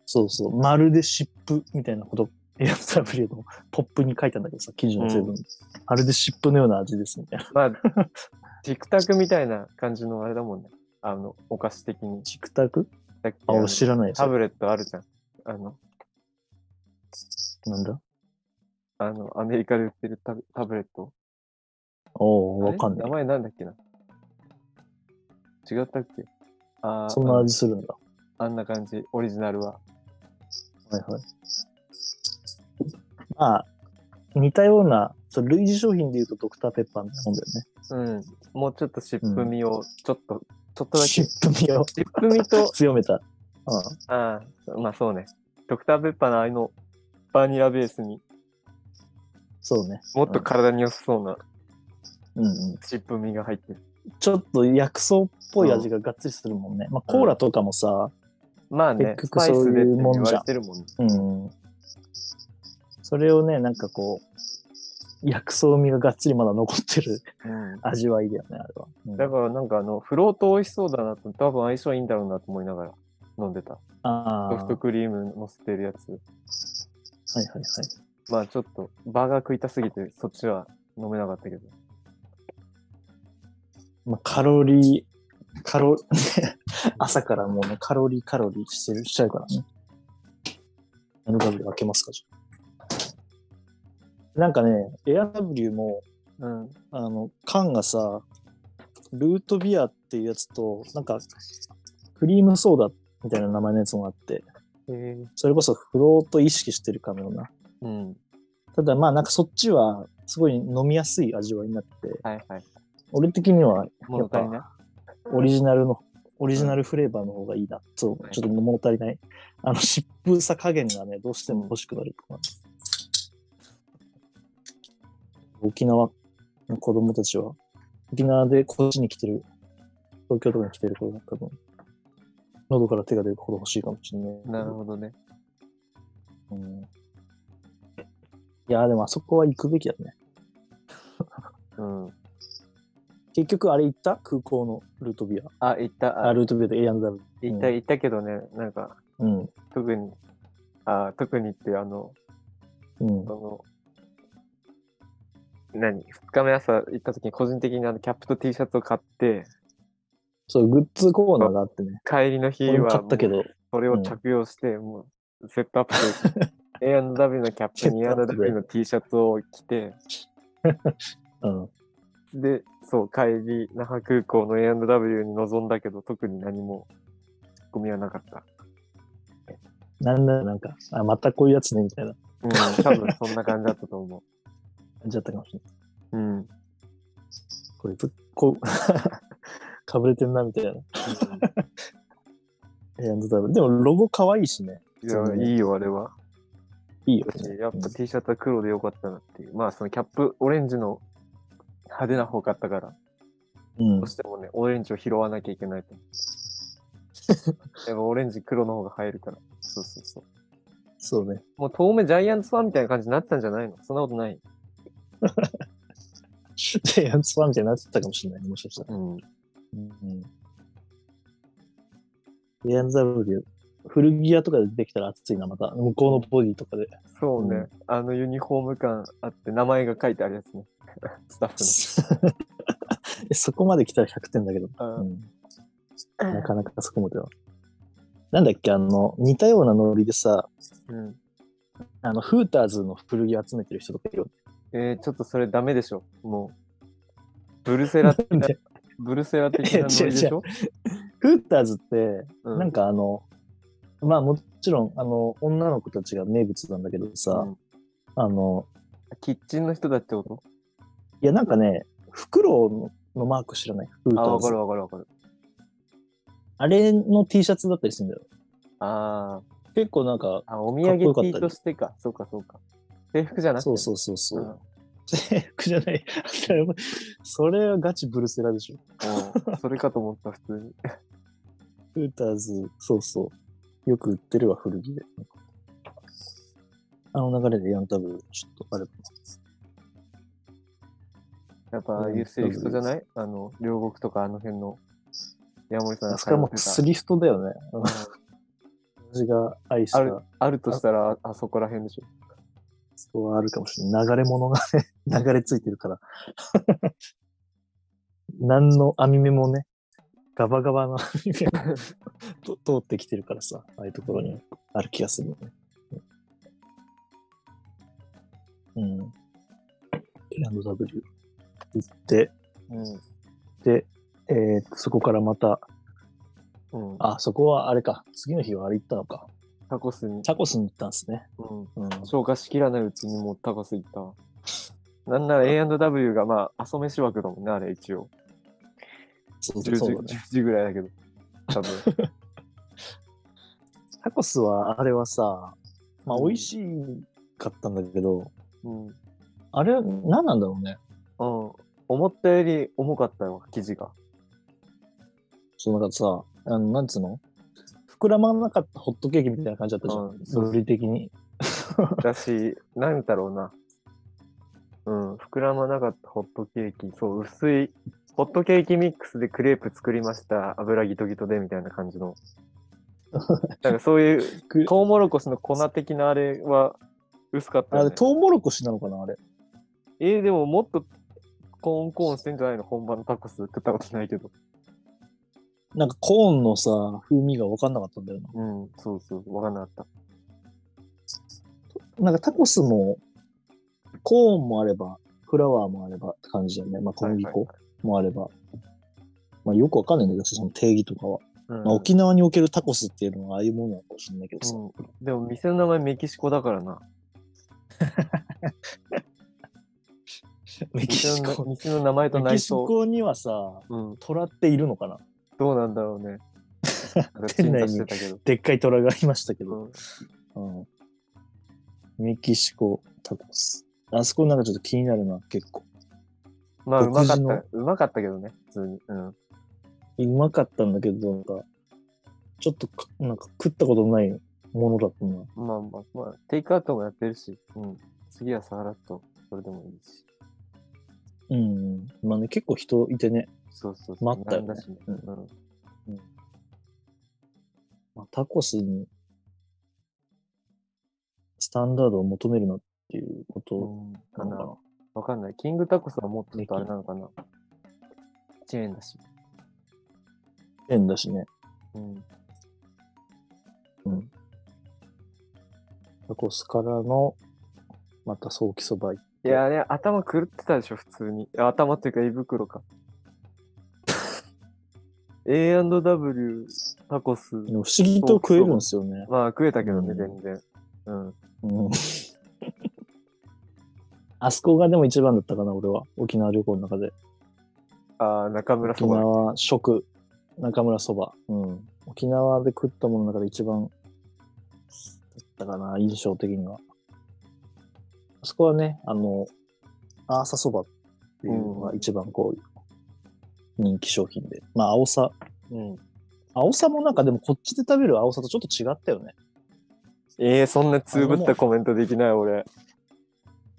そうそう、まるで湿布みたいなこと、A&W のポップに書いたんだけどさ、近所のセブン。まるで湿布のような味ですみたいな。 まあ、チクタクみたいな感じのあれだもんね。あの、お菓子的に。チクタクさっきあ、あの俺知らないですタ。ブレットあるじゃん。あの、なんだあの、アメリカで売ってるタブタブレット。おおわかんあなれい。名前なんだっけな。違ったっけあーそんな味するんだ。あんな感じ、オリジナルは。はいはい。まあ、似たような、そう類似商品で言うとドクターペッパーみたいなもんだよね。うん。もうちょっと湿布味を、ちょっと、ちょっとだけ。シ湿ップ布味を、味と強めた。うん。ああ、まあそうね。ドクターペッパーのあの、バニラベースにそうね。もっと体に良さそうなうんうん。湿布味が入ってる。ちょっと薬草っぽい味ががっつりするもんね。まあ、コーラとかもさ、まあね、結ス局パイスでって言わそういうもんじれゃんてるもんね。うん。それをね、なんかこう、薬草味ががっつりまだ残ってる うん味わいだよね、あれは。うんだからなんかあの、フロート美味しそうだなと、多分相性いいんだろうなと思いながら飲んでた。ああ。ソフトクリーム乗せてるやつ。はいはいはい。まあちょっと、バーガー食いたすぎて、そっちは飲めなかったけど。まあ、カロリー、カロ、 朝からもうね、カロリーカロリーしてる、しちゃうからね。A&W 開けますか、じゃあなんかね、A&W もうん。あの、缶がさ、ルートビアっていうやつと、なんか、クリームソーダみたいな名前のやつもあって、へえ。それこそフロート意識してるかのような。うん。ただまあなんかそっちはすごい飲みやすい味わいになってて、はいはい。俺的には物足りない。オリジナルの、オリジナルフレーバーの方がいいな。そう、ちょっと物足りない。あの、湿布さ加減がね、どうしても欲しくなるかな。沖縄の子供たちは、沖縄でこっちに来てる、東京とかに来てる子が多分、喉から手が出るほど欲しいかもしれない。なるほどね。うんいや、でもあそこは行くべきだね。うん。結局、あれ行った空港のルートビア。あ、行った。あ、あルートビアで A&W。行った、行ったけどね、なんか、うん。特に、あ特にって、あの、うんあ。の、何 ?2 日目朝行った時に個人的にあのキャップと T シャツを買って、そう、グッズコーナーがあってね。帰りの日俺も買はっ、たけど、それを着用して、もう、セットアップ で、A&W のキャップにセットアップで A&W の T シャツを着て、うん。で、そう、帰り、那覇空港の A&W に臨んだけど、特に何も、ツッコミはなかった。なんだなんか、あ、またこういうやつね、みたいなうん、多分そんな感じだったと思感じだったかもしれなう。い。うん。うんこれ、ぶっこう、 かぶれてんな、みたいな。えー多分でも、ロゴ可愛いしね。いや、いいよ、あれは。いいよね。やっぱ T シャツは黒でよかったなっていう。まあ、そのキャップ、オレンジの派手な方買ったから、うんどう。してもね、オレンジを拾わなきゃいけないと思って。やっぱオレンジ、黒の方が映えるから。そうそうそう。そうね。 もう遠目ジャイアンツファンみたいな感じになったんじゃないのそんなことない。ジャイアンツファンみたいになってたかもしれないね、もしかしたら。うん。うん。エアンズ W、古着屋とかでできたら熱いな、また。向こうのボディと かで。そうね、うんあのユニフォーム感あって、名前が書いてあるやつね。 スタッそこまで来たら100点だけど。フ の。うんなかなかそこまでは。なんだっけ、あの、似たようなノリでさ、うん。うんあの、フーターズの古着集めてる人とかいるよね。えー、ちょっとそれダメでしょ。もう。ブルセラ的 なで、ブルセラ的なノリでしょ、フーターズって、うなんかあの、まあもちろん、あの、女の子たちが名物なんだけどさ、うんあの、キッチンの人だってこといやなんかね、フクロウののマーク知らないフータあ、わーかズる。わかるわかる。あれの T シャツだったりするんだよ。あー結構なんか、あ、お土産かっこよかった T りとしてか。そうかそうか。制服じゃなくて。そうそうそうそう。 うん制服じゃない。 それはガチブルセラでしょ。うんそれかと思った、普通に。フーターズ、そうそう。よく売ってるわ、古着で。あの流れでヤンタブル、ちょっとあれば。やっぱ、ああいうセリフトじゃないあの、両国とかあの辺の。山森さんあそこはもうスリフトだよね。あの私が愛しあた、るあるとしたら、ああそこら辺でしょ。そこはあるかもしれない。流れ物がね、 流れついてるから。 何の網目もね、ガバガバの 網目がと通ってきてるからさ、ああいうところにある気がするよね。うん。A&W 行って、で、えーそこからまた、うん。うん。あ、そこはあれか、次の日はあれ行ったのか。タコスに。タコスに行ったんですね。うん。うん。消化しきらないうちにもうタコス行ったわ。なんなら A&W がまあ、朝飯枠だもんね、あれ一応。そ10う時そうだね。 10時ぐらいだけど。多分。 タコスは、あれはさ、まあ、うん美味しかったんだけど、うん。あれ、何なんだろうね。うん。思ったより重かったよ、生地が。そのなんかさ、あの、なんつうの膨らまなかったホットケーキみたいな感じだったじゃうんん。そう物理的に。だし、なんだろうな。うん。膨らまなかったホットケーキ。そう、薄い。ホットケーキミックスでクレープ作りました。油ギトギトでみたいな感 じの。なんかそういう、くトウモロコシの粉的なあれは薄かったあよ、れ、ね。トウモロコシなのかなあれ。えー、でももっとコーンコーンしてんじゃないの本場のタコス食ったことないけど。なんかコーンのさ、風味が分かんなかったんだよな。うん、そうそう、わかんなかっなんかタコスも、コーンもあれば、フフラワーもあればって感じだよね。まあ、小麦粉はいもあれば。まあ、よくわかんないんだけどさ、その定義とかは。はいはいまあ、沖縄におけるタコスっていうのはああいうものなのかもしれないけどさ。うんでも店の名前メキシコだからな。メキシコ。店の名前とメ内キシ装。コにはさ、うん、虎っているのかなどうなんだろう ね。なんか店内鎮座にしてたけど。でっかい虎がいましたけど。うんうん。メキシコタコス。あそこなんかちょっと気になるな、結構。まあ、う独まか自っのた。うまかったけどね、普通に。うん。うまかったんだけど、なんか、ちょっとか、なんか食ったことないものだったな。まあまあまあ、テイクアウトもやってるし、うん。次はサハラッと、それでもいいし。うん。まあね、結構人いてね。そうそうそう。待ったよね並んだしねうんうん。まあ、タコスに、スタンダードを求めるなっていうことうんかなのなかな。わかんない。キングタコスはもっとちょっとあれなのかな。チェーンだし。変だしね。うん。うん。タコスからの、また早期そばい。いや、あれ、頭狂ってたでしょ、普通に。あ頭っていうか、胃袋 か。A&W タコス。でも不思議と食えるんですよね。まあ、食えたけどね、うん全然。うん。うん。あそこがでも一番だったかな、俺は。沖縄旅行の中で。ああ、中村そ沖ば。縄食、中村そば。うん。沖縄で食ったものの中で一番だったかな、印象的には。あそこはね、あの、アーサそばっていうのが一番こう、人気商品で。まあ、青さ。うん。青さもなんかでもこっちで食べる青さとちょっと違ったよね。ええー、そんなつぶったコメントできない、俺。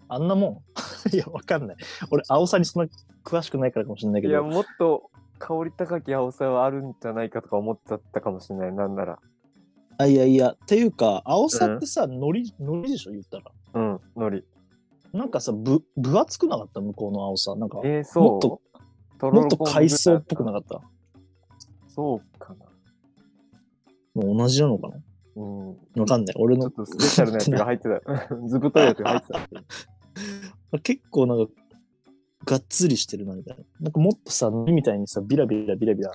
あんなもん。 いや、わかんない。俺、青さにそんな詳しくないからかもしれないいけや、ど。もっと香り高き青さはあるんじゃないかとか思っちゃったかもしれない、なんなら。あいやいや、っていうか、青さってさ、海苔、海苔でしょ言ったら。うん、のり。なんかさ、ぶ、分厚くなかった向こうの青さ。なんか、えー、そう。もっとともっと海藻っぽくなかっかった。た。そうかな。もう同じなのかなうん。わかんない。俺ちょのっ、とスペシャルなやつが入ってた。 ずぶといやつが入ってた。結構なんか、がっつりしてるな、みたいな。なんかもっとさ、海みたいにさ、ビラビラビラビラ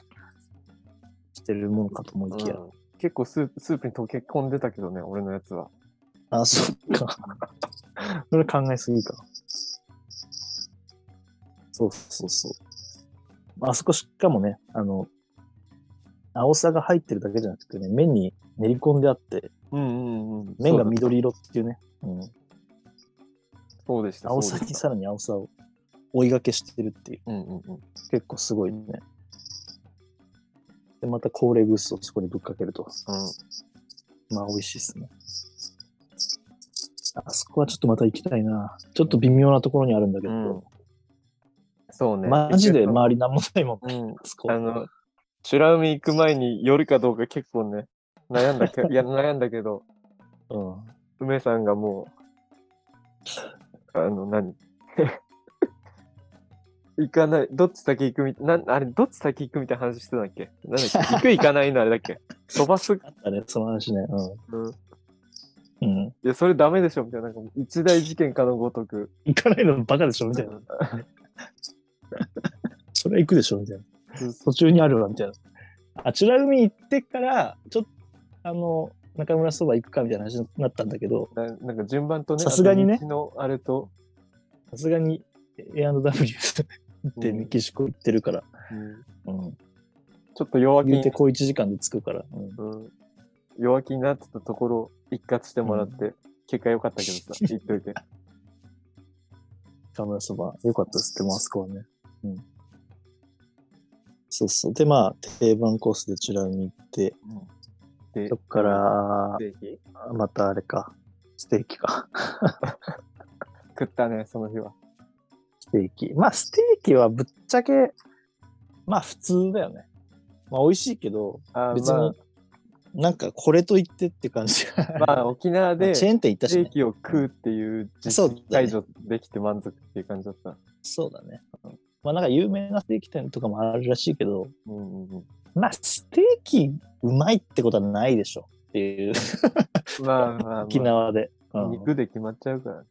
してるものかと思いきや。うん結構スープスープに溶け込んでたけどね、俺のやつは。あ、そっか。それ考えすぎか。そうそうそう。あそこしかもね、あの、青さが入ってるだけじゃなくてね、麺に練り込んであって、うんうんうん。麺が緑色っていうね、うん、そうでした。青そさうでにしたさらに青さを追いがけしてるっていう、うんうんうん。結構すごいね。で、また高齢グースをそこにぶっかけると。まあ、美味しいですね。あそこはちょっとまた行きたいな。ちょっと微妙なところにあるんだけうど、ん。うん。そうね。マジで周りなんもないもん、り。うん。あそこ。あの、チュラ海行く前に寄るかどうか結構ね、悩んだけいや悩んだけど、うん、梅さんがもう、あの、何 行かない、どっち先行くみなんあれ、どっち先行くみたいな話してたんだっけなんだっけ 行く行かないのあれだっけ飛ばす、あったね、その話ね。うん、いうん。うん。や、それダメでしょみたいな、なんか一大事件かのごとく。行かないのバカでしょみたいな。それは行くでしょみたいな。そう途中にあるわ、みたいな。あちら海行ってから、ちょっと、あの、中村そば行くかみたいな話になったんだけど、ななんか順番とね、さすがにねあと道のあれと、さすがに A&W 行ってうんメキシコ行ってるから、うんうん。ちょっと弱気言うてに、こう1時間で着くから、うんうん、弱気になってたところを一括してもらって、結果良かったけど さ、言っといて。中村そば、良かったですって、マスコはね。うん。そうそう。で、まあ、定番コースでチュラ海行って、でそっか、ら、ぜひまたあれか、ステーキか。食ったね、その日は。ステーキ。まあ、ステーキはぶっちゃけ、まあ、普通だよね。まあ、美味しいけど、あー別に、まなんかこれと言ってって感じが。あ、ま あ、沖縄でチェスーン店行ったし、テー。ねキを食うっていうそう実だね績解除できて満足っていう感じだった。そうだね。うんまあなんか有名なステーキ店とかもあるらしいけど、うんうんうん、まあステーキうまいってことはないでしょっていう、まあまあ、まあ、沖縄で。うん肉で決まっちゃうから。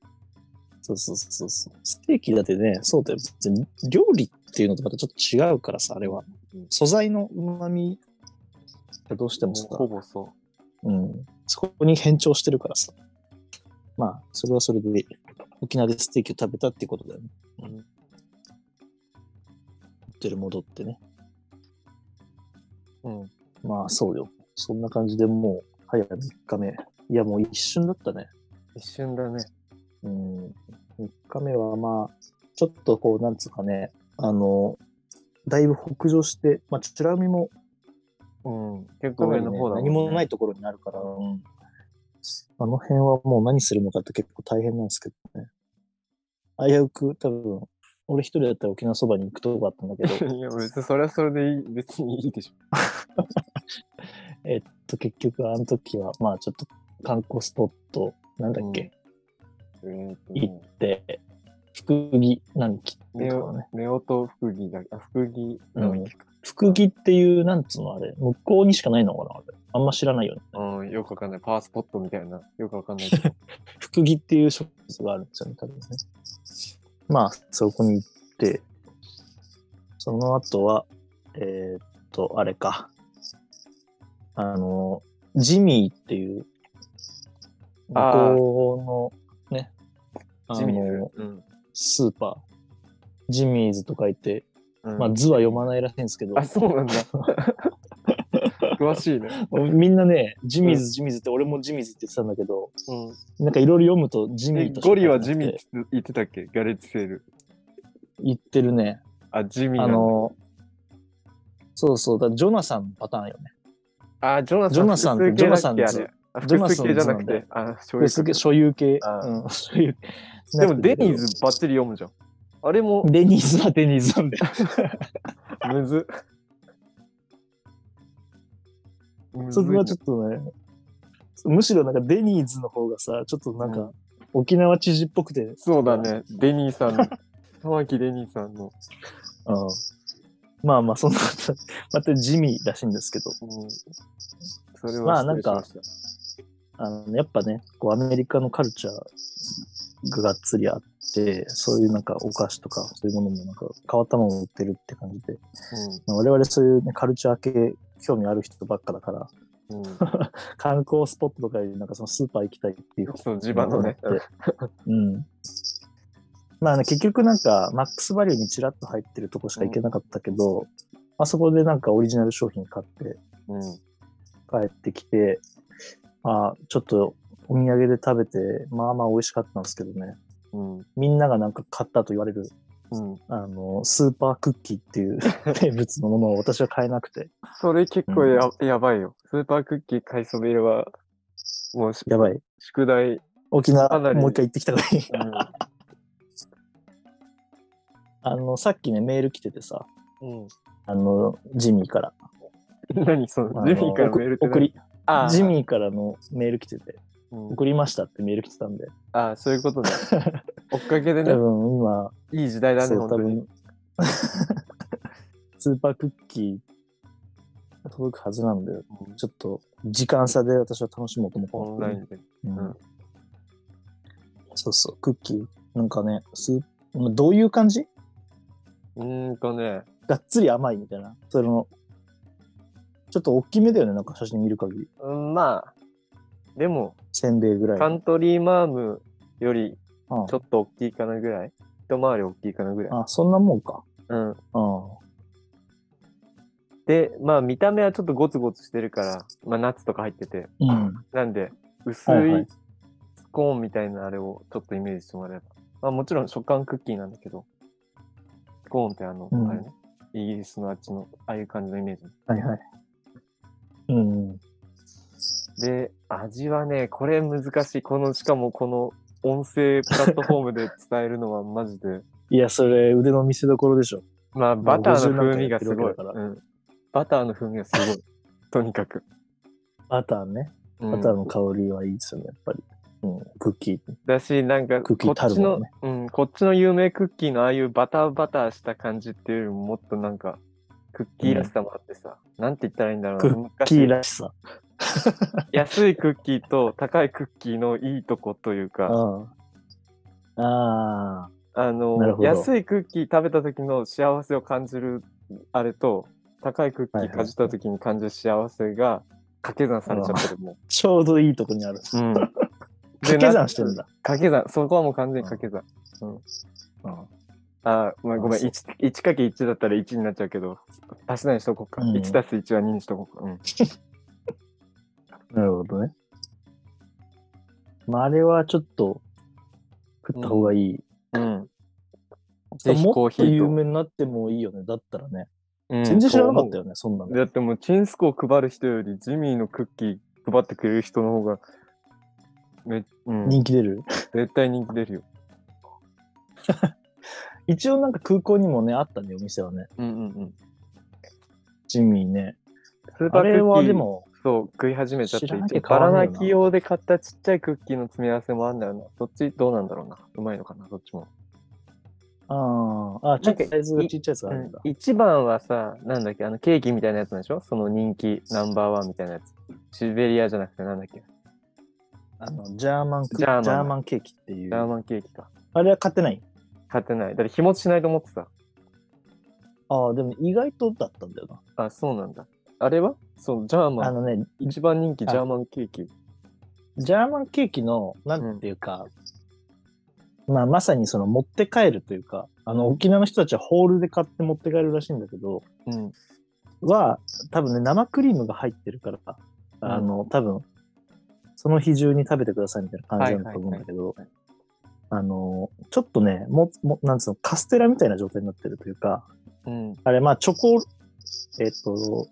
そうそうそうそう。ステーキだってね、そうだよ。別に料理っていうのとまたちょっと違うからさ、あれは。素材の旨味がどうしてもさ、ほぼそうん、そこに変調してるからさ。まあ、それはそれで、沖縄でステーキを食べたっていうことだよね。うん。ホテル戻ってね。う。うん。まあ、そうよ。そんな感じでもう、早3日目。いや、もう一瞬だったね。一瞬だね。うん。3日目は、まあ、ちょっとこう、なんつうかね、あの、だいぶ北上して、まあ、チュラ海もうん。結構上の方だ。何もないいところになるから、あの辺はもう何するのかって結構大変なんですけどね。危うく多分、俺一人だったら沖縄そばに行くとこあったんだけど、 いや、別にそれはそれでいい、別にいいでしえっと結局あの時は、まあちょっと観光スポット、なんだっけ、ょ。えっといいね、で、福木並木っていうとこね。夫婦福木だ、あ、福木並木か。福木っていう、なんつうのあれ、向こうにしかないのかなあれ。あんま知らないよね。うん、よくわかんない。パワースポットみたいな。よくわかん ないけど。福木っていう植物があるんですよね、多分ね。まあ、そこに行って、その後は、えーっと、あれか。あの、ジミーっていう、あー向こうのね、あ地味にするの、うん。スーパー、ジミーズと書いて、うんまあ、図は読まないらしいんですけど、あ、そうなんだ。詳しいね。 みんなね、ジミーズ、ジミーズって、俺もジミーズって言ってたんだけど、うん。なんかいろいろ読むとジミえーとしかゴリは書ジいてミっなくてて言ってたっけガレッジセール。言ってるね。あ、ジミーあなんだの、そうそう、だジョナサンのパターンよね。あ、ジョナサン。ジョナサン複数形だっけジョナサンズあれあジョナ複サ数ン形ズじゃななんくだよて、あ、所有者ですげえ所有系。ああうん、 所有系でも、デニーズバッチリ読むじゃん。あれも、デニーズはデニーズなんで。むず。むずそいこはちょっとね、むしろなんかデニーズの方がさ、ちょっとなんか、沖縄知事っぽくて、そうだね。デニーさんの。玉木デニーさんの。まあまあそんな、また地味らしいんですけど、うんそれまはあなんか失礼しましあのやっぱね、こうアメリカのカルチャーががっつりあって、そういうなんかお菓子とか、そういうものもなんか変わったものを売ってるって感じで、たまあ我々そういう、ね、カルチャー系興味ある人ばっかだから、うん。うん観光スポットとかよりなんかそのスーパー行きたいっていう。そう、地場の ね。思って。うん。まあ、ね、結局なんかマックスバリューにちらっと入ってるとこしか行けなかったけど、あそこでなんかオリジナル商品買ってうん。帰ってきて、あちょっとお土産で食べて、まあまあ美味しかったんですけどね。うん。みんながなんか買ったと言われる、うん。あの、スーパークッキーっ ていう名物のものを私は買えなくて。それ結構ややばいよ。スーパークッキー買いそびれは、もうしやばい。宿 題沖か縄、なりもう一回行ってきた方がいい。う あの、さっきね、メール来ててさ、ん。あの、ジミーから。 何そのあのジミーからメールって送り、何ジー、ミーからのメール来てて、うん送りましたってメール来てたんで、ああ、そういう ことね。おかげで多ね、分今、いい時代だそね、う本多当に。分、 スーパークッキーが届くはずなんで、うんちょっと時間差で私は楽しもうと思ってオンラインで。うんうんそうそう、クッキー、なんかね、スーどういう感じうーんとね、がっつり甘いみたいな。その、ちょっと大きめだよね、なんか写真見る限り。うん、まあ、でも、せんべいぐらい。カントリーマームよりうんちょっと大きいかなぐらい。一回り大きいかなぐらい。あ、そんなもんか。うん。うん。で、まあ、見た目はちょっとゴツゴツしてるから、まあ、ナッツとか入ってて。うん。なんで、薄はいはいいスコーンみたいなあれをちょっとイメージしてもらえば。まあもちろん食感クッキーなんだけど、スコーンってあの、うんあれね、イギリスのあっちの、ああいう感じのイメージ。はいはい。うん。で、味はね、これ難しい。この、しかもこの音声プラットフォームで伝えるのはマジで。いや、それ腕の見せ所でしょ。まあバターの風味がすもごうい。 50なんかやってるわけだかうん、バターの風味がすごい。とにかく。バターね。うんバターの香りはいいですよね、やっぱり。うん。クッキー。だし、なんか、クッキーこたっるちもの、のねうん、こっちの有名クッキーのああいうバターバターした感じっていうよりも、もっとなんか、クッキーらしさもあってさ、なんて言ったらいいんだろうな。クッキ難しーいらしさ。安いクッキーと高いクッキーのいいとこといううか、ん。ああ、あなるのほど安いクッキー食べた時の幸せを感じるあれと高いクッキはいはーいかじった時に感じる幸せが掛け算されちゃってるもちょうどいいとこにある。う、うん、 掛け算してるんだ。掛け算そこはもう完全に掛け算うんあー、まあ、ごめあんそう 1, 1かけ1だったら1になっちゃうけど足し算にしとこうか、うん1たす1は2にしとこうか、うん、なるほどね。まあ、あれはちょっと食った方がいい。うん。ぜひコもーっヒとー有と。名になってもいいよね。だったらね。うん全然知らなかったよね、そんそうな思うの。だってもうチンスコを配る人よりジミーのクッキー配ってくれる人の方がめ、うん、人気出る。絶対人気出るよ。一応なんか空港にもね、あったね、お店はね。うんうんうん。ジミーね。スーパーあクッキーれはでも、そう食い始めちゃって知らなきゃバ変わラんないナよなキ用で買ったちっちゃいクッキーの詰め合わせもあるんだよな。どっちどうなんだろうな。うまいのかな、どっちも。ああ、あちょっとサイズがちっちゃいやつがあるんだ。一番はさ、なんだっけ、あのケーキみたいなやつなんでしょその人気ナンバーワンみたいなやつ。シベリアじゃなくてなんだっけあのジャーマンクジャーマンジャーマンケーキっていジャーう。マンケーキか。あれは買ってない買ってない。だから日持ちしないと思ってた。ああ、でも意外とだったんだよな。あ、そうなんだ。あれはそう、ジャーマあン。のね、一番人気、ジあャーマンケーキ。ジャーマンケーキの、なんていうか、まあまさにその持って帰るというか、あの沖縄の人たちはホールで買って持って帰るらしいんだけど、うん。は多分ね、生クリームが入ってるから、あの、多分、その日中に食べてくださいみたいな感じなんだと思うんだけどはいはいはい、あの、ちょっとね、も、もなんつうの、カステラみたいな状態になってるというか、うん。あれ、まあ、チョコ、えっと、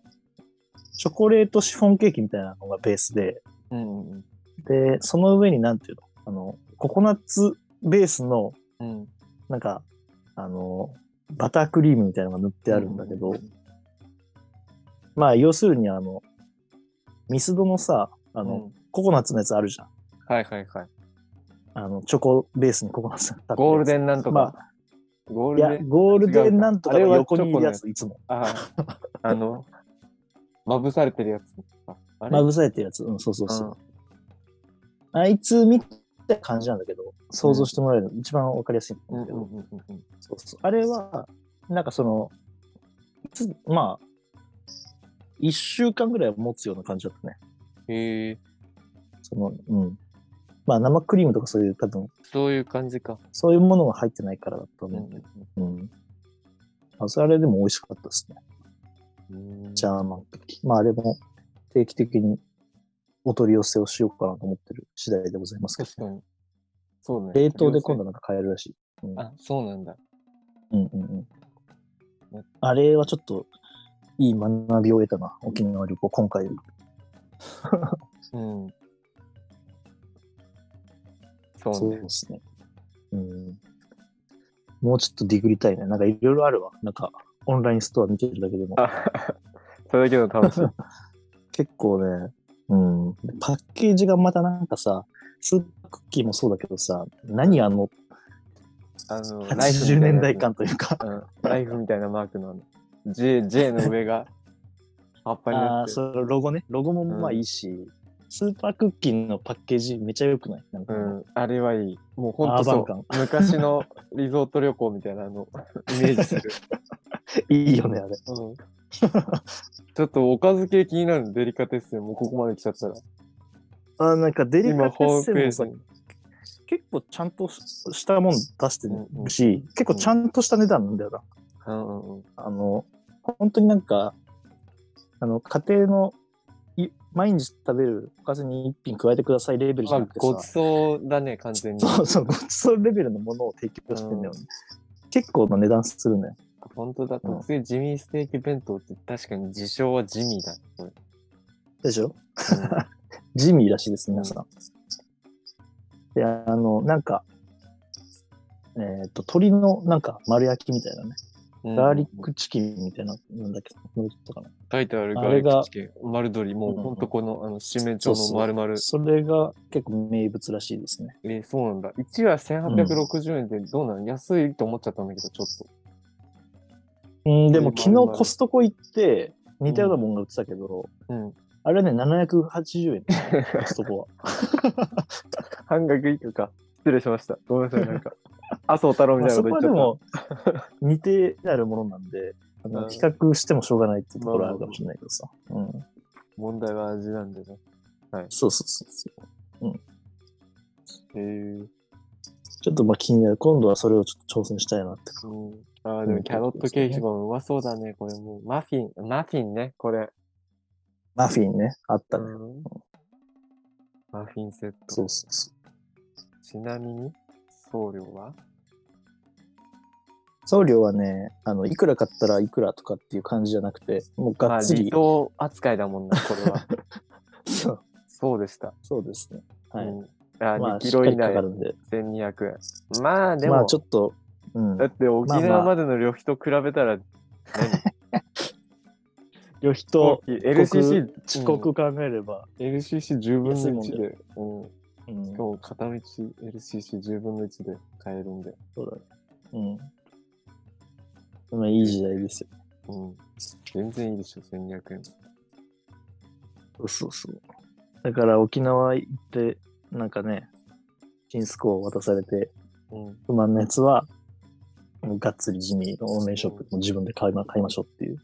チョコレートシフォンケーキみたいなのがベースで、うん。うんで、その上になんていうのあの、ココナッツベースの、うん。なんか、あの、バタークリームみたいなのが塗ってあるんだけど、うんまあ、要するにあの、ミスドのさ、あの、うんココナッツのやつあるじゃん。はいはいはい。あの、チョコベースにココナッツが立っ てるやつゴールデンなんとか。まゴールあ、いデや、ン。ゴールデンなんとか違うかあれのは横にいるやチョコつ、いつも。ああ、あの、 まぶされてるやつ。ああれまぶされてるやつ。うん、そうそうそう。うんあいつみたいな感じなんだけど、想像してもらえるの、一番わかりやすいんうんだうけど、んうんうんうん。そうそうあれは、なんかその、いつまあ、一週間ぐらいは持つような感じだったね。へえ、その、うん。まあ生クリームとかそういう多分、そういう感じか。そういうものが入ってないからだとうん思うけど。ううん。あそれあれでも美味しかったですね。んうんジャーマンクッキーまああれも定期的にお取り寄せをしようかなと思ってる次第でございますけど確。かに。そうね。冷凍で今度なんか買えるらしい。うんあ、そうなんだ。うんうんうん。あれはちょっといい学びを得たな、沖縄旅行、今回。うん。そうそうね。ですね。うん。もうちょっとディグりたいね。なんかいろいろあるわ。なんかオンラインストア見てるだけでも。あそれだけの楽 しい。結構ね、うん。パッケージがまたなんかさ、スーパークッキーもそうだけどさ、何あのあの、ライフみたい80なやつ年代感というか。うん。ライフみたいなマークのあの J, J の上が葉っぱにあな あ、ってる。そう、ロゴね。ロゴもまあいいし、スーパークッキーのパッケージめちゃ良くないなんうか、ん、あれはいい。もう本当アーバそンう。昔のリゾート旅行みたいなあ のイメージする。いいよね、あれ。うん、ちょっとおかず系気になるデリカテッセンもうここまで来ちゃったら。あなんかデリ今カテホッーセムペーンもジさに。結構ちゃんとしたもん出してうんうんるし、結構ちゃんとした値段なんだよな。うんうんうんあの、本当になんか、あの、家庭のい毎日食べるおかずに一品加えてくださいレベルじまゃあなくてさ、ごちそうだね、完全に。そうそう、ごちそうレベルのものを提供してんだよね。結構な値段するね。本当だ。うん特製ジミーステーキ弁当って確かに自称はジミーだね。これでしうょん ジミーらしいです、皆さん。で、あの、なんか、えっ、と、鶏のなんか丸焼きみたいなね、うんガーリックチキンみたいな、なんだっけ、なんだったかな。書いてあるガあーリれがックチキン、丸鶏、もうんううんほんとこの、あの、七面鳥の丸々。それが結構名物らしいですね。えーそうなんだ。1は1860円でどうなん、安いと思っちゃったんだけど、ちょっうん、でも丸昨々日コストコ行って、似たようなもんが売ってたけど、と。うん。 あれね、780円、コストコは。半額以下か。失礼しました。ごめんなさい、 なんか。麻生太郎みまたあいなそここと言はっちでゃった。も似てあるものなんで、あうんの比較してもしょうがないっていうところはあるかもしれないけどさ。うん、問題は味なんでね。そうそうそうそう。へえー。ちょっとまあ気になる。今度はそれをちょっと挑戦したいなって。うん、あーでもキャロットケーキもうまそうだね、これもう。マフィン、マフィンね、これ。マフィンね、あったね。うんマフィンセット。そうそうそう。ちなみに、送料は送料はね、あの、いくら買ったらいくらとかっていう感じじゃなくて、もうまがあ、っつ理り。想扱いだもんな、これ は。そうそうでした。そうですね。はい。うんあーまあ、 2キしっロか以りか内か、るんで。 1200円。まあ、でも、まあ、ちょっと、うんだ。って沖まあま縄あまでの旅費と比べた ら、旅費と飛行機遅 LCC 刻、遅刻考えれば、うん LCC10 分の安いもん1だで、うん、うん、しかそも片道 LCC10 分の1で買えるんで、うだね。うん。まあ、いい時代ですよ。うん、全然いいでしょ、1200円。そうそうそう。だから、沖縄行って、なんかね、チンスコを渡されて、うん不満なやつは、もうがっつり地味のオンラインショップも自分で買いま買いましょうっていう、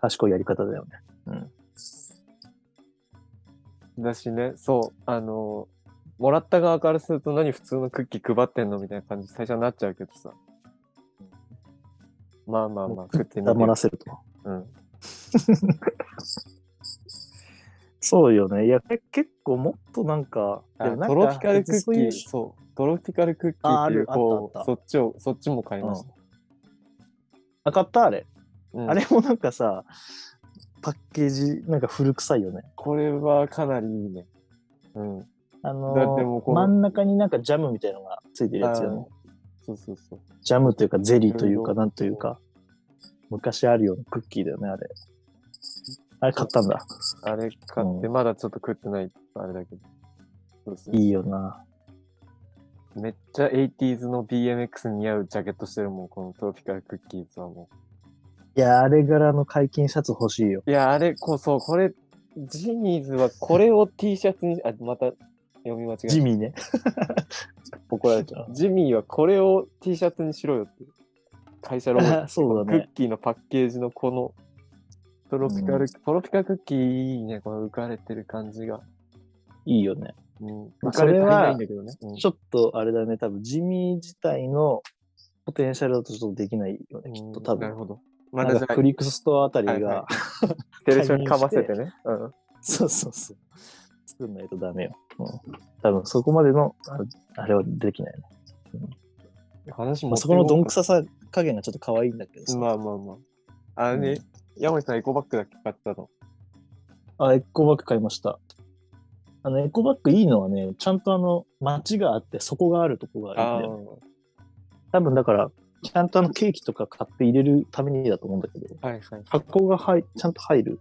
賢いやり方だよね。うん。だしね、そう、あのーもらった側からすると何普通のクッキー配ってんのみたいな感じ最初になっちゃうけどさ。まあまあまあ、食ってみて黙らせると。うん。そうよね。いや、け結構もっとなんか、あでもなんトロピカルクッキそういうー、そう、トロピカルクッキーっていうああるこあったあうったそっちを、そっちも買いました。なかったあれ。うんあれもなんかさ、パッケージなんか古臭いよね。これはかなりいいね。うん。あだっのてもうーこの真ん中になんかジャムみたいのがついてるやつよね。あーそうそうそう。ジャムというかゼリーといういろかいろなんというか、昔あるようなクッキーだよね、あれ。あれ買ったんだ。あれ買って、うまだちょっと食ってない、あれだけど。そうそういいよな。めっちゃ 80s の BMX に似合うジャケットしてるもん、このトロピカルクッキーズはもう。いや、あれ柄の解禁シャツ欲しいよ。いや、あれこそ、これ、ジニーズはこれを T シャツに、あ、また読み間違えジた。ミーね。怒られちゃう。ジミーはこれを T シャツにしろよって。会社ロゴ。 そうだクッね。キーのパッケージのこのトロピカル、うんトロピカルクッキーいいね、この浮かれてる感じが。いいよね。うん、まあ浮かれてそれはないんだけどね。うんちょっとあれだね、多分ジミー自体のポテンシャルだとちょっとできないよね、きっと多うんなる分。ほど。まなだんじゃかあク、リックストアあたりはいはがい、 テレションかませて ね。うん。そうそうそう。作んないとダメよ。うん、多分そこまでのああれはできないね。話まもあ、そこのどんくささ加減がちょっと可愛いんだけどさ。まあまあまあ。あれね、山口さんエコバッグだけ買ったの。あ、エコバッグ買いました。あの、エコバッグいいのはね、ちゃんとあの、街があって、そこがあるとこがいいんだよね。多分だから、ちゃんとあの、ケーキとか買って入れるためにだと思うんだけど、あー、はいはい。箱が入、ちゃんと入る。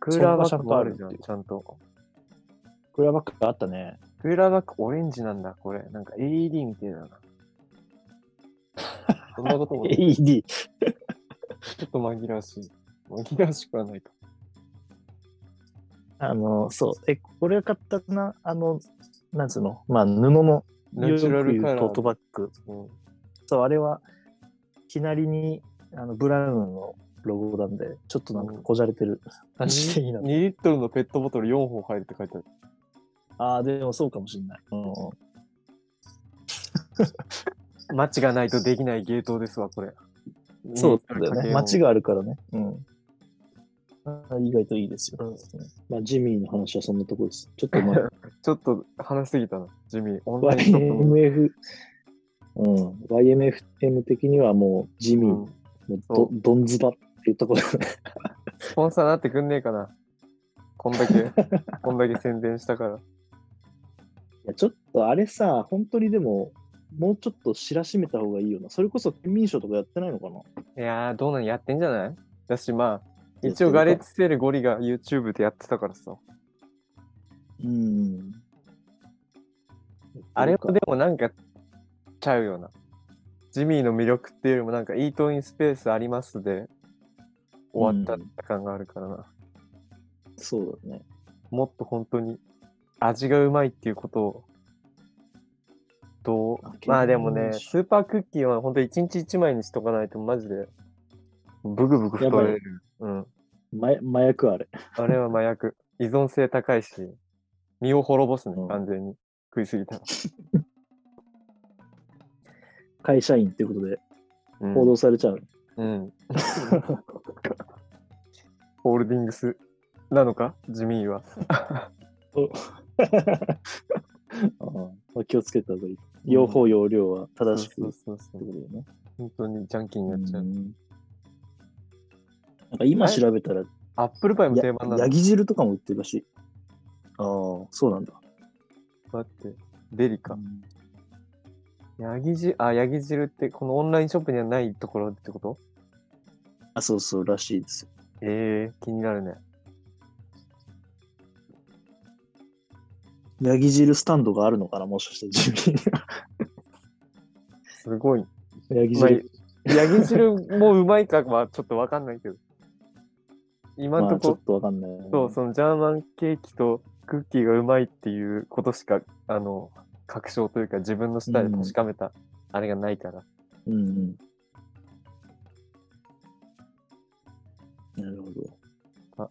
クーラーバッグもあそれるがじちゃんとあるゃん、ちっていうゃんと。クーラーバッグがあったね。クーラーバッグオレンジなんだ、これ。なんか AED みたいだ な。そんなこともない AED。ちょっと紛らわしい。紛らわしくはないか。あの、そう。え、これ買ったな、あの、なんつうの、まあ、布の、ナチュラルカラよく言うトートー。バッグ。うんそう、あれは、きなりに、あの、ブラウンのロゴなんで、ちょっとなんかこじゃれてる感じでいいな2。リットルのペットボトル4本入るって書いてある。ああ、でもそうかもしれない。うんうん。マッチがないとできないゲートですわ、これ。そうだよね。街が。があるからね。うん。あー意外といいですよ。うんまあ、ジミーの話はそんなとこです。ちょっとまあ、ちょっと話しすぎたな、ジミー。オンラインショップも YMF、うん、YMFM 的にはもう、ジミー、うんもうそどうどんずばっていうとこ ろで、スポンサーなってくんねえかな。こんだ け、こんだけ宣伝したから。いやちょっとあれさ、本当にでも、もうちょっと知らしめた方がいいよな。それこそ県民賞とかやってないのかないやー、どうなんやってんじゃないだし、まあ、やって一る応かガレッジセールゴリが YouTube でやってたからさ。うん。あれはでもなんか、ちゃうよな。ジミーの魅力っていうよりもなんか、イートインスペースありますで終わったって感があるからな。そうだね。もっと本当に味がうまいっていうことをどあうまあでも健ね、康スーパークッキーは本当一日一枚にしとかないとマジで、ブクブク太れる。うん。麻麻薬あれ。あれは麻薬。依存性高いし、身を滅ぼすねう、ん完全に。食いすぎたら。会社員っていうことでうん報道されちゃう。うん。 ホールディングスなのかジミーは。 まあ、気をつけた方がいい。用法用量は正しそくっうてそうそうそことう。だよね。本当にジャンキーになっちゃうう。んなんか今調べたら、アップルパイも定や番なの。ヤギ汁とかも売ってるらしい。ああ、そうなんだ。待って。デリカ。ヤギ汁、あ、ヤギ汁ってこのオンラインショップにはないところってことあ、そうそう、らしいですよ。ええ気になるね。ヤギ汁スタンドがあるのかな、もしかして、自分すごい。 に。ヤギまあ汁、ヤギ汁もうまいかはちょっとわかんないけど。今んまあ、とちょこっ、とわかんない、ね。そう、そのジャーマンケーキとクッキーがうまいっていうことしか、あの、確証というか自分の舌で確かめた、あれがないから。う。うんうん。なるほど。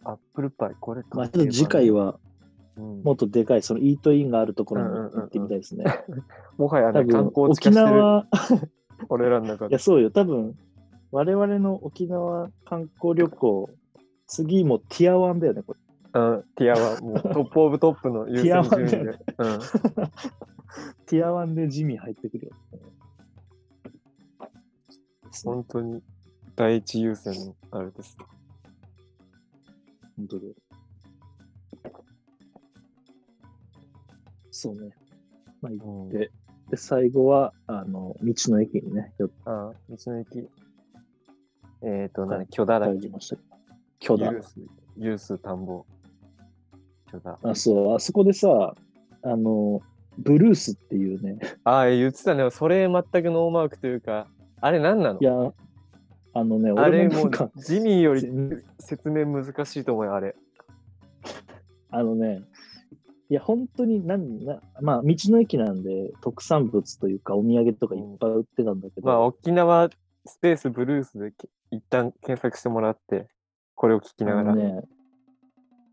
あアップルパイ、これか。まあ、ちょっと次回は、うん、ももっとでかい、そのイートインがあるところうんうんもうんうん行ってみたいですね。はや多ね、観分、光地化し沖てる、縄、俺らの中いや、で。そうよ。多分、我々の沖縄観光旅行、次もティアワンだよね、これ。うん、ティアは もうトップオブトップの優先順位で。うん。ティアワンでジミー入ってくるよ。本当に第一優先のあれです。本当だよそうね。まあ、行うんでって最後は、あの、道の駅にね、寄っああ、道の駅。えっ、ー、と、はい何、巨大だてっ帰けりましたけど。巨大ユース、ユース田んぼ。巨大。あ、そう、あそこでさ、あの、ブルースっていうね、ああ、言ってたね。それ全くノーマークというか、あれ何なのいや、あのね、あれ俺ももなんかう、、ジミーより全説明難しいと思うよ、あれ。あのね、いや、本当になんな、まあ、道の駅なんで、特産物というか、お土産とかいっぱい売ってたんだけまあ、ど、沖縄スペースブルースでけ一旦検索してもらって、これを聞きながあら。のね、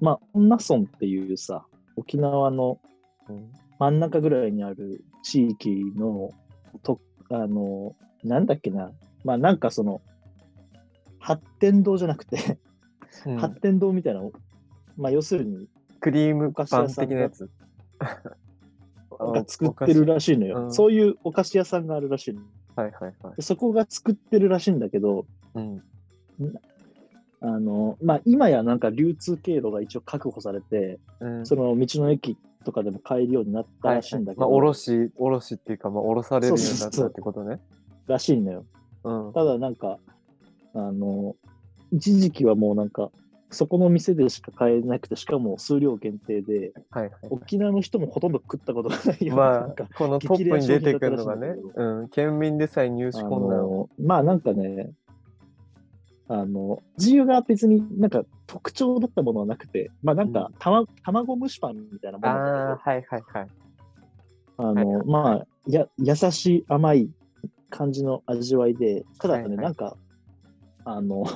まあ、恩納村っていうさ、沖縄のうん真ん中ぐらいにある地域の、とあの、なんだっけな、まあ、なんかその、発展堂じゃなくて、うん発展堂みたいなの、まあ、要するに、クリームお菓子パ屋ンさん的なや つ。あが作ってるらしいのうよ。んそういうお菓子屋さんがあるらしいの。はいはいはいで。そこが作ってるらしいんだけど、うん。あのまあ、今やなんか流通経路が一応確保されて、うんその道の駅とかでも買えるようになったらしいんだけど、まあ、おろし、おろしっていうか、まあ、おろされるようになっそうそうそたうってことね。らしいのよ。うん。ただなんか、あの一時期はもうなんか、そこの店でしか買えなくて、しかも数量限定で、はいはい。沖縄の人もほとんど食ったことがないような、まなんかあ、このトップに出てくるのがね激レア商品だったらしいんだ、うん、県民でさえ入手あ困難。のまあなんかね、あの自由が別になんか特徴だったものはなくて、まあなんか、たま卵蒸しパンみたいなもあのだったけどあ、はいはいはい。あはの、まあ、や、優しい甘い感じの味わいで、ただね、はいはいなんか、あの、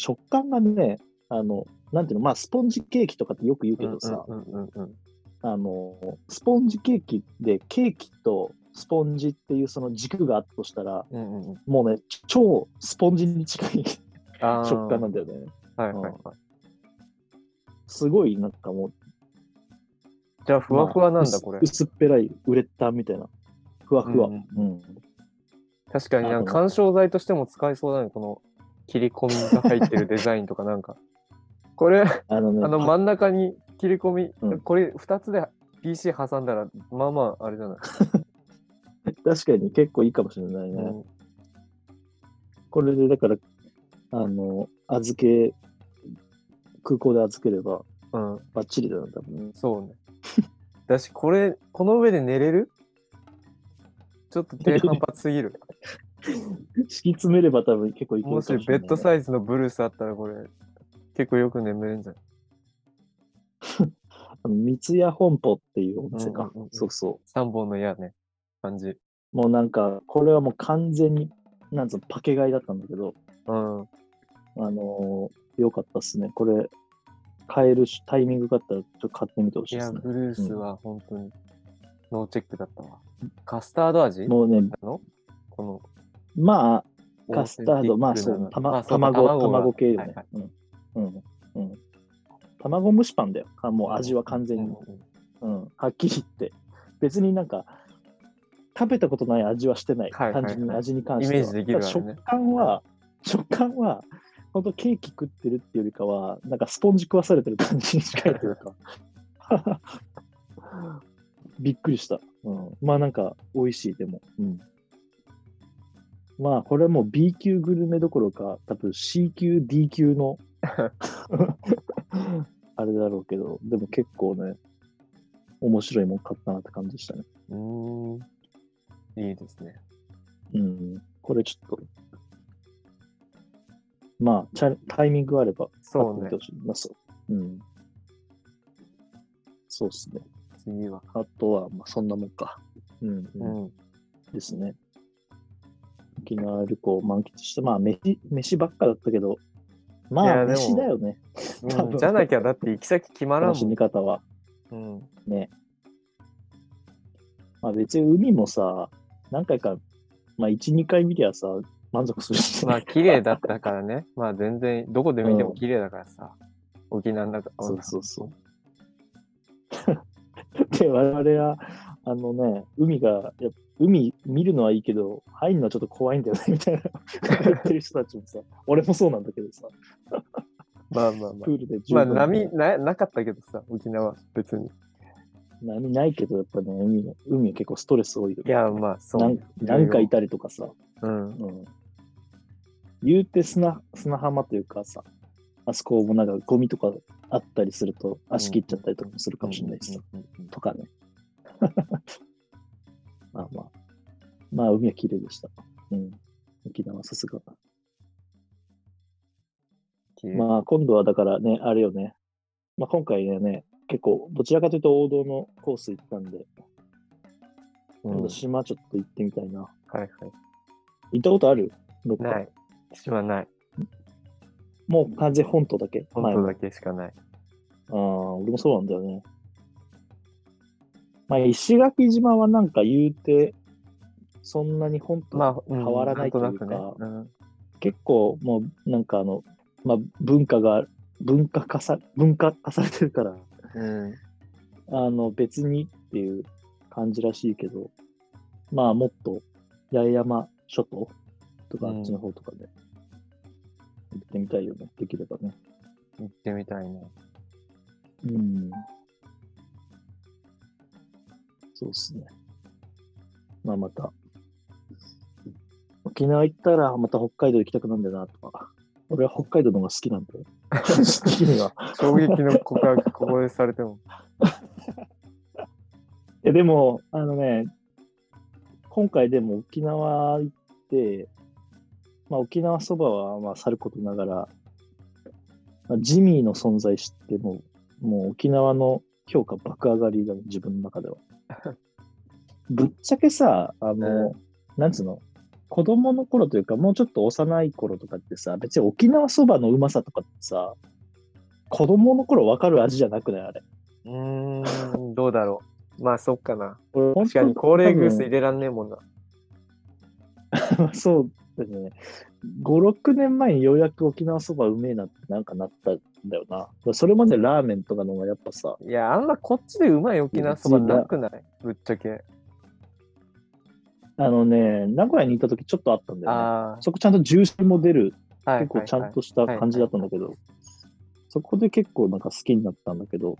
食感がね、あの、なんていうの、まあ、スポンジケーキとかってよく言うけどさ、うんうんうんうん。あの、スポンジケーキで、ケーキとスポンジっていうその軸があったとしたら、うんうんうん、もうね、超スポンジに近いあー食感なんだよね。はいはいはい。すごい、なんかもう、じゃあ、ふわふわなんまだ、あこれ。薄薄っぺらいウレタンみたいな。ふわふわ。ううんん。確かになんかあ緩衝材としても使えそうだね、この切り込みが入ってるデザインとかなんか。これ、ああのね、の真ん中に切り込み、うんこれ2つで PC 挟んだら、まあまあ、あれじゃない。確かに結構いいかもしれないうね。んこれでだから、あの、預け、空港で預ければうん、バッチリだな、多分。そうね。だし、これ、この上で寝れるちょっと低反発すぎ る。敷き詰めれば多分結構いけるかももししれない、ベッドサイイズのブルースあったら、これ、結構よく眠れんじゃん。三ツ矢本舗っていうお店かうんうんうん。そうそ三本の矢ね、感じ。う。もうなんか、これはもう完全に、なんつうの、パケ買いだったんだけど、うん。あのー、よかったっすね。これ、買えるし、タイミングがあったら、ちょっと買ってみてほしいいでや、すね。ブルースは本当にノーチェックだったわ。カスタード味もうね、なのこのまあ、オカセスンティッタークド、まあなそう、たあま、そうか卵、卵が卵系よはねいはい。うん。うん。うん。卵蒸しパンだよ。あもう味は完全に。うんうんうん、はっきり言って。別になんか、食べたことない味はしてない。はいはいはい単純に味に関しては。イメージできるわねただ食感は、食感は、本当ケーキ食ってるっていうよりかは、なんかスポンジ食わされてる感じに近いというか。 びっくりした。うん、まあなんか、美味しい、でも。うんまあ、これはもう B 級グルメどころか、多分 C 級、D 級の、あれだろうけど、でも結構ね、面白いもん買ったなって感じでしたね。うーん。いいですね。うん。これちょっと、まあ、チャタイミングがあれば買ってそうみねて。ほしい。まあそう。うん。そうですね。次は。あとは、まあ、そんなもんか。うん、ううん。ん。ですね。沖縄旅行を満喫して、まあ、飯、飯ばっかだったけど、いまあ、やでも飯だよね。多う分んじゃなきゃだって行き先決まらん楽もしんみ。方は。うん。ね。まあ別に海もさ、何回か、まあ1、2回見りゃさ、満足する し、まあ綺麗だったからね。まあ全然、どこで見ても綺麗だからさ。沖縄の中、そうそうそう。 で、我々は、あのね、海が、やっぱ海見るのはいいけど、入るのはちょっと怖いんだよね、みたいな こと言ってる人たちもさ、俺もそうなんだけどさ、まあまあまプールであ。まあ波ななかったけどさ、沖縄別に。波ないけど、やっぱね、海が、海は結構ストレス多いよ。いや、まあそうなんね。何回いたりとかさ、うん。うん言うて砂砂浜というかさ、あそこもなんかゴミとかあったりすると足切っちゃったりとかもするかもしれないしさ、うんうんうんうんとかね。 まあまあ。まあ海は綺麗でした。うん。沖縄さすが。綺麗まあ今度はだからね、あれよね。まあ今回ね、結構どちらかというと王道のコース行ったんで、うん今は度島ちょっと行ってみたいな。いはい。行ったことあるどっかない。島ない。もう完全本島だけ。本当だけしかない。ああ、俺もそうなんだよね。まあ、石垣島はなんか言うて、そんなに本当、まあ、うん変わらないといんうかとなくね。うん結構もうなんかあの、まあ、文化が、文化化さ、文化化されてるから、うん。あの、別にっていう感じらしいけど、まあ、もっと、八重山諸島とか、うんあっちの方とかで、行ってみたいよね、できればね。行ってみたいね。うん。そうですね。まあまた。沖縄行ったらまた北海道行きたくなんだよなとか。俺は北海道の方が好きなんだよ。的には。衝撃の告 白、ここでされても。いやでも、あのね、今回でも沖縄行って、まあ沖縄そばはまあさることながら、まあ、ジミーの存在知ってもう、もう沖縄の評価爆上がりだね、自分の中では。 ぶっちゃけさ、あの、なんつうの、子供の頃というか、もうちょっと幼い頃とかってさ、別に沖縄そばのうまさとかってさ、子供の頃わかる味じゃなくないあれ。うーん、どうだろう。まあ、そっかな。俺本確当かに、高齢グー多ス分入れらんねえもんな。まあそうだね。5、6年前にようやく沖縄そばうめえなってなんかなったんだよな。それまでラーメンとかのがやっぱさ、いや、あんまこっちでうまい沖縄そばなくないぶっちゃけ。あのね、名古屋に行った時ちょっとあったんだよね。あそこちゃんと重心も出る、あ、はい。結構ちゃはいんとした感じだったんだけど、そこで結構なんか好きになったんだけど、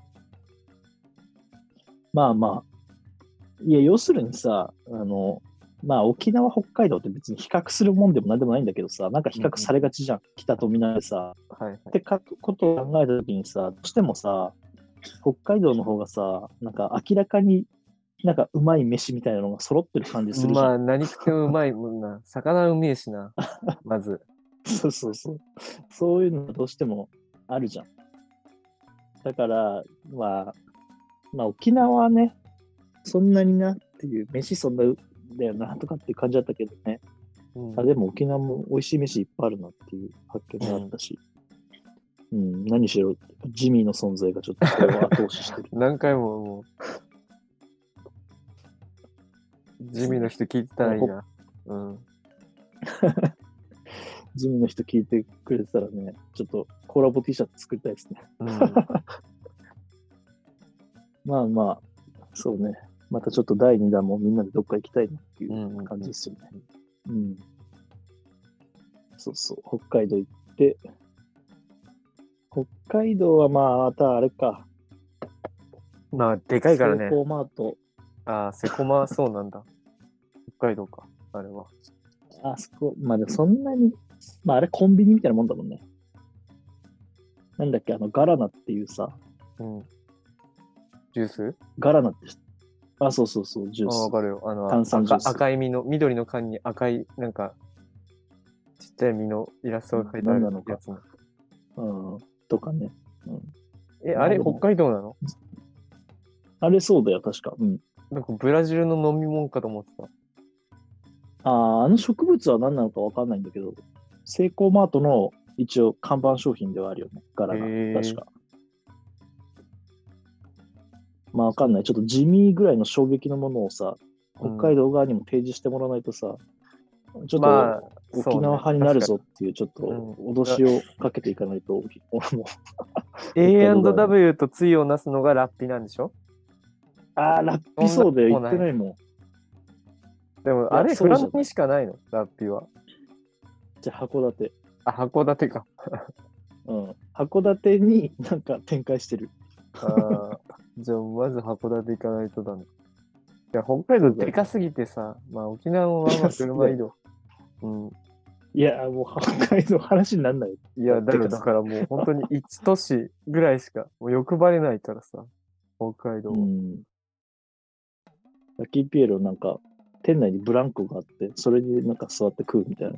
まあまあ、いや、要するにさ、あの、まあ沖縄、北海道って別に比較するもんでもなんでもないんだけどさ、なんか比較されがちじゃん。北と南でさ、はいはいっはてかことを考えたときにさ、どうしてもさ、北海道の方がさ、なんか明らかになんかうまい飯みたいなのが揃ってる感じすい。るじゃん。まあ、何食ってもうまいもんな。魚うめえしな。まず。 そうそうそう。そういうのどうしてもあるじゃん。だから、まあ、まあ沖縄はね、そんなになっていう、飯そんなだよなとかっていう感じだったけどね、うん。あでも沖縄も美味しい飯いっぱいあるなっていう発見があったし、うん、何しろジミーの存在がちょっとこれは後押ししてる何回ももう、地味の人聞いてたらいいな。うん。ジミーの人聞いてくれてたらね、ちょっとコラボ T シャツ作りたいですね。 うん、まあまあ、そうね。またちょっと第2弾もみんなでどっか行きたいなっていううんうん感じですよね。うん。そうそう、北海道行って、北海道はまあ、またあれか。まあ、でかいからねセ。イコーマート、ああ、セコマそうなんだ。北海道か、あれは。あそこ、まあでもそんなに、まああれコンビニみたいなもんだもんね。なんだっけ、あの、ガラナっていうさ、うん。ジュースガラナって、あ、そうそうそう、ジュあーあ、わス。かるよ。あの、炭酸ジュース赤赤い実の、緑の缶に赤い、なんか、ちっちゃい実のイラストが描いてあ何るなのかやつも。うん。とかね。え、あれ、何でも北海道なのあれそうだよ、確か。うん。なんかブラジルの飲み物かと思ってた。あーあの植物は何なのかわかんないんだけど、セイコーマートの一応看板商品ではあるよね、柄がへー。確か。まあわかんない。ちょっと地味ぐらいの衝撃のものをさ、うん北海道側にも提示してもらわないとさ、ちょっまあと、沖縄派になるぞっていう、ちょっとうん脅しをかけていかないと、俺も。 A&W と対をなすのがラッピなんでしょああ、ラッピそうだよ、そん言っなてないもん。でもいやあれそフうじラゃないンスにしかないのラッピは。じゃあ函館。あ函館か。うん。函館になんか展開してる。あーじゃあまず函館行かないとだね。いや北海道でかすぎてさ、まあ沖縄もまあまあ車移動。うん、いや、もう北海道話になんないよ。いやだでからかだすからもう本当に一都市ぐらいしかもう欲張れないからさ北海道は、うん。ラッキーピエロなんか、店内にブランコがあって、それになんか座って食うみたいな。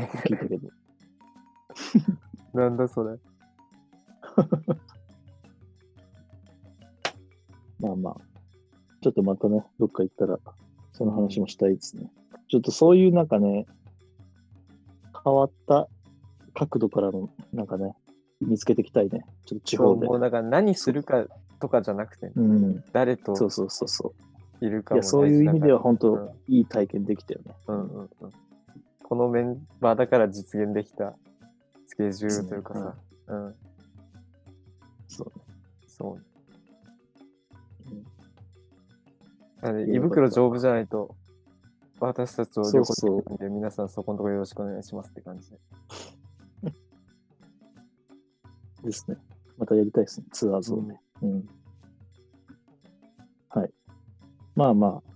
聞いた けど。なんだそれまあまあ。ちょっとまたね、どっか行ったら、その話もしたいですね。ちょっとそういうなんかね、変わった角度からの、なんかね、見つけていきたいね。ちょっと地そう方でも。うだから何するかとかじゃなくてうん。誰とそうそうそうそいるう。かいもや、そういう意大事味ではだから本当、いい体験できたよね。うんうんうんこのメンバーだから実現できたスケジュールというかさ、うんそうそううん。なので胃袋丈夫じゃないと、私たちを旅行すそうるんで、皆さんそこのところよろしくお願いしますって感じで。ですね。またやりたいですね、ツアーズをね。うん。はい。まあまあ、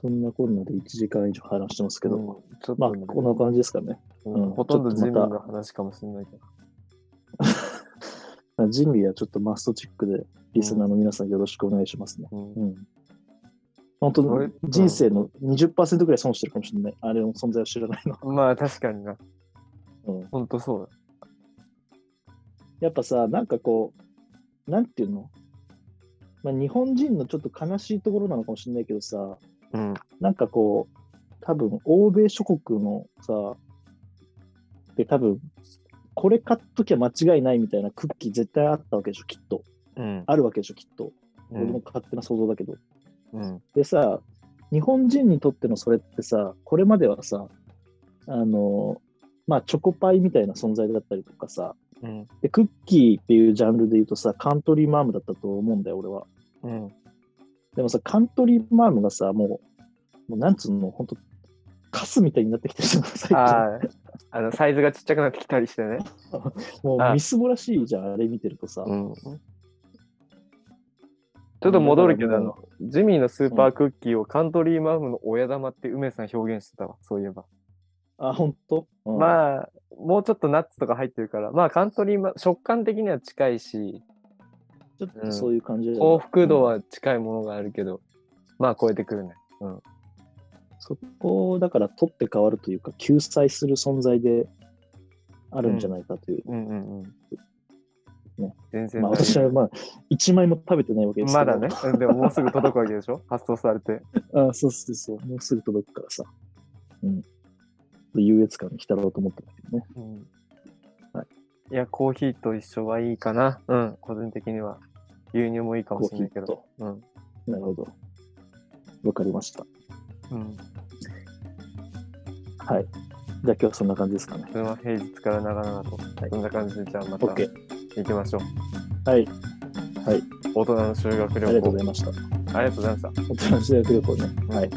そんなこんなで1時間以上話してますけど、うんちょっまあ、とね、こんな感じですかね。うんうんほとんどちょっジとミまたーの話かもしれないけど。準備はちょっとマストチックで、リスナーの皆さんよろしくお願いしますね。うんうん。本当それに人生の20%ぐらい損してるかもしれない。あれの存在を知らないの。まあ確かにな。うん。ほんとそうやっぱさ、なんかこう、なんていうのまあ、日本人のちょっと悲しいところなのかもしれないけどさ、だ。うん。なんかこう、多分欧米諸国のさ、で多分、これ買っときゃ間違いないみたいなクッキー絶対あったわけでしょ、きっと。うん。あるわけでしょ、きっと。う俺のん勝手な想像だけど。うん。でさ、日本人にとってのそれってさ、これまではさ、あの、まあ、チョコパイみたいな存在だったりとかさ、うん。でクッキーっていうジャンルで言うとさ、カントリーマームだったと思うんだよ、俺は。うん。でもさ、カントリーマームがさ、もう、もうなんつうの、本当カスみたいになってきてるじゃん、最近。ああ、あの、サイズがちっちゃくなってきたりしてね。もあうみすぼらしいじゃん、あれ見てるとさ。うん。ちょっと戻るけど、あの、ジミーのスーパークッキーをカントリーマームの親玉って梅さん表現してたわ、そういえば。あ、ほんと、うんまあ、もうちょっとナッツとか入ってるから、まあカントリーマ食感的には近いし、ちょっとそういう感じだよね幸福度は近いものがあるけど、まあ超えてくるね。そこをだから取って代わるというか、救済する存在であるんじゃないかといううんうんうん。ね。全然まあ、大丈夫私はまあ、1枚も食べてないわけですけまどだね。。うんでももうすぐ届くわけでしょ発送されて。ああそうそうそう。もうすぐ届くからさ。うん。優越感に浸ろうと思ったんだけどね。うんはいいや、コーヒーと一緒はいいかな。うん、個人的には。牛乳もいいかもコしーれなヒいけど。ーと。うん。なるほど。わかりました。うん。はい。じゃあ今日はそんな感じですかね。それは平日から長々と。はいそんな感じで、じゃあまた OK 行。きましょう。はい。大人の修学あり旅がとうご行ざ。いました。ありがとうございました。お楽しみ旅行ね。うんはい。